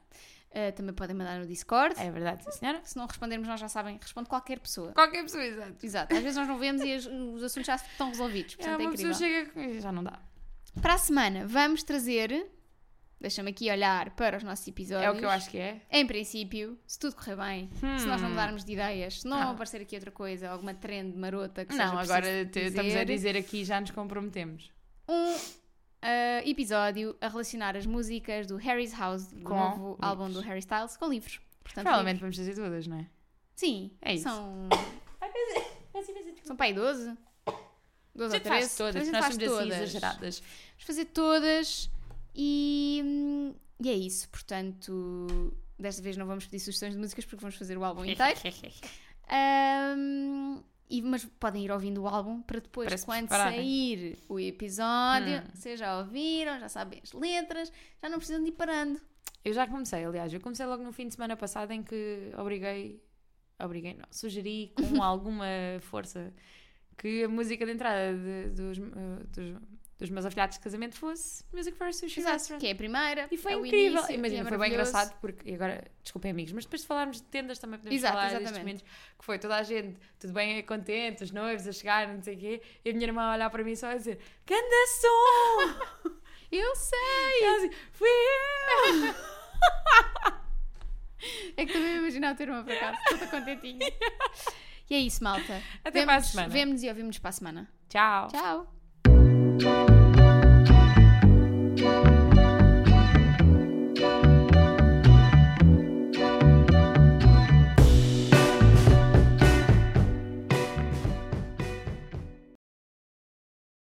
[SPEAKER 2] Ah, também podem mandar no Discord.
[SPEAKER 1] é verdade sim, senhora
[SPEAKER 2] Se não respondermos, nós já sabem, responde qualquer pessoa.
[SPEAKER 1] qualquer pessoa exato
[SPEAKER 2] Exato, às vezes nós não vemos e as- os assuntos já estão resolvidos,
[SPEAKER 1] é,
[SPEAKER 2] portanto é,
[SPEAKER 1] uma pessoa
[SPEAKER 2] incrível.
[SPEAKER 1] chega com- já não dá
[SPEAKER 2] Para a semana, vamos trazer. Deixa-me aqui olhar para os nossos episódios.
[SPEAKER 1] é o que eu acho que é
[SPEAKER 2] Em princípio, se tudo correr bem, se nós não mudarmos de ideias, se não
[SPEAKER 1] Ah.
[SPEAKER 2] aparecer aqui outra coisa, alguma trend marota que seja
[SPEAKER 1] não agora
[SPEAKER 2] preciso
[SPEAKER 1] te- estamos a dizer aqui já nos comprometemos
[SPEAKER 2] um ah, episódio a relacionar as músicas do Harry's House, do
[SPEAKER 1] Com
[SPEAKER 2] novo
[SPEAKER 1] livros.
[SPEAKER 2] álbum do Harry Styles, com livros. Portanto,
[SPEAKER 1] provavelmente vamos fazer todas não é
[SPEAKER 2] livros- Sim,
[SPEAKER 1] É isso.
[SPEAKER 2] são.
[SPEAKER 1] é tipo-
[SPEAKER 2] São para aí 12?
[SPEAKER 1] a
[SPEAKER 2] 12
[SPEAKER 1] gente
[SPEAKER 2] ou
[SPEAKER 1] faz
[SPEAKER 2] 13?
[SPEAKER 1] todas
[SPEAKER 2] Depois
[SPEAKER 1] nós
[SPEAKER 2] a
[SPEAKER 1] somos
[SPEAKER 2] gente
[SPEAKER 1] assim
[SPEAKER 2] faz
[SPEAKER 1] exageradas
[SPEAKER 2] Vamos fazer todas e. hum, E é isso. Portanto, desta vez não vamos pedir sugestões de músicas porque vamos fazer o álbum inteiro. Ahm, e, mas podem ir ouvindo o álbum para depois,
[SPEAKER 1] Para se
[SPEAKER 2] quando
[SPEAKER 1] prepararem. Hum.
[SPEAKER 2] sair o episódio, vocês já ouviram, já sabem as letras, já não precisam de ir parando.
[SPEAKER 1] Eu já comecei, aliás, eu comecei logo no fim de semana passado em que obriguei, obriguei, não, sugeri com alguma força que a música de entrada de- dos, eh, dos, dos meus afilhados de casamento fosse Music for a Sushi Restaurant.
[SPEAKER 2] Que é a primeira.
[SPEAKER 1] E foi
[SPEAKER 2] é o
[SPEAKER 1] incrível,
[SPEAKER 2] início,
[SPEAKER 1] imagina,
[SPEAKER 2] e é
[SPEAKER 1] foi bem
[SPEAKER 2] maravilhoso.
[SPEAKER 1] engraçado porque, e agora, desculpem amigos, mas depois de falarmos de tendas também podemos
[SPEAKER 2] Exato,
[SPEAKER 1] falar destes
[SPEAKER 2] exatamente.
[SPEAKER 1] momentos que foi toda a gente, tudo bem, é contente, os noivos a chegar, não sei o quê, e a minha irmã a olhar para mim só a dizer, ganda som!
[SPEAKER 2] Eu sei!
[SPEAKER 1] E ela assim, fui eu!
[SPEAKER 2] É que também imaginar o teu irmão para casa, estou contentinha. E é isso, malta.
[SPEAKER 1] Até para a semana.
[SPEAKER 2] Vemo-nos e ouvimos-nos para a semana.
[SPEAKER 1] Tchau!
[SPEAKER 2] Tchau!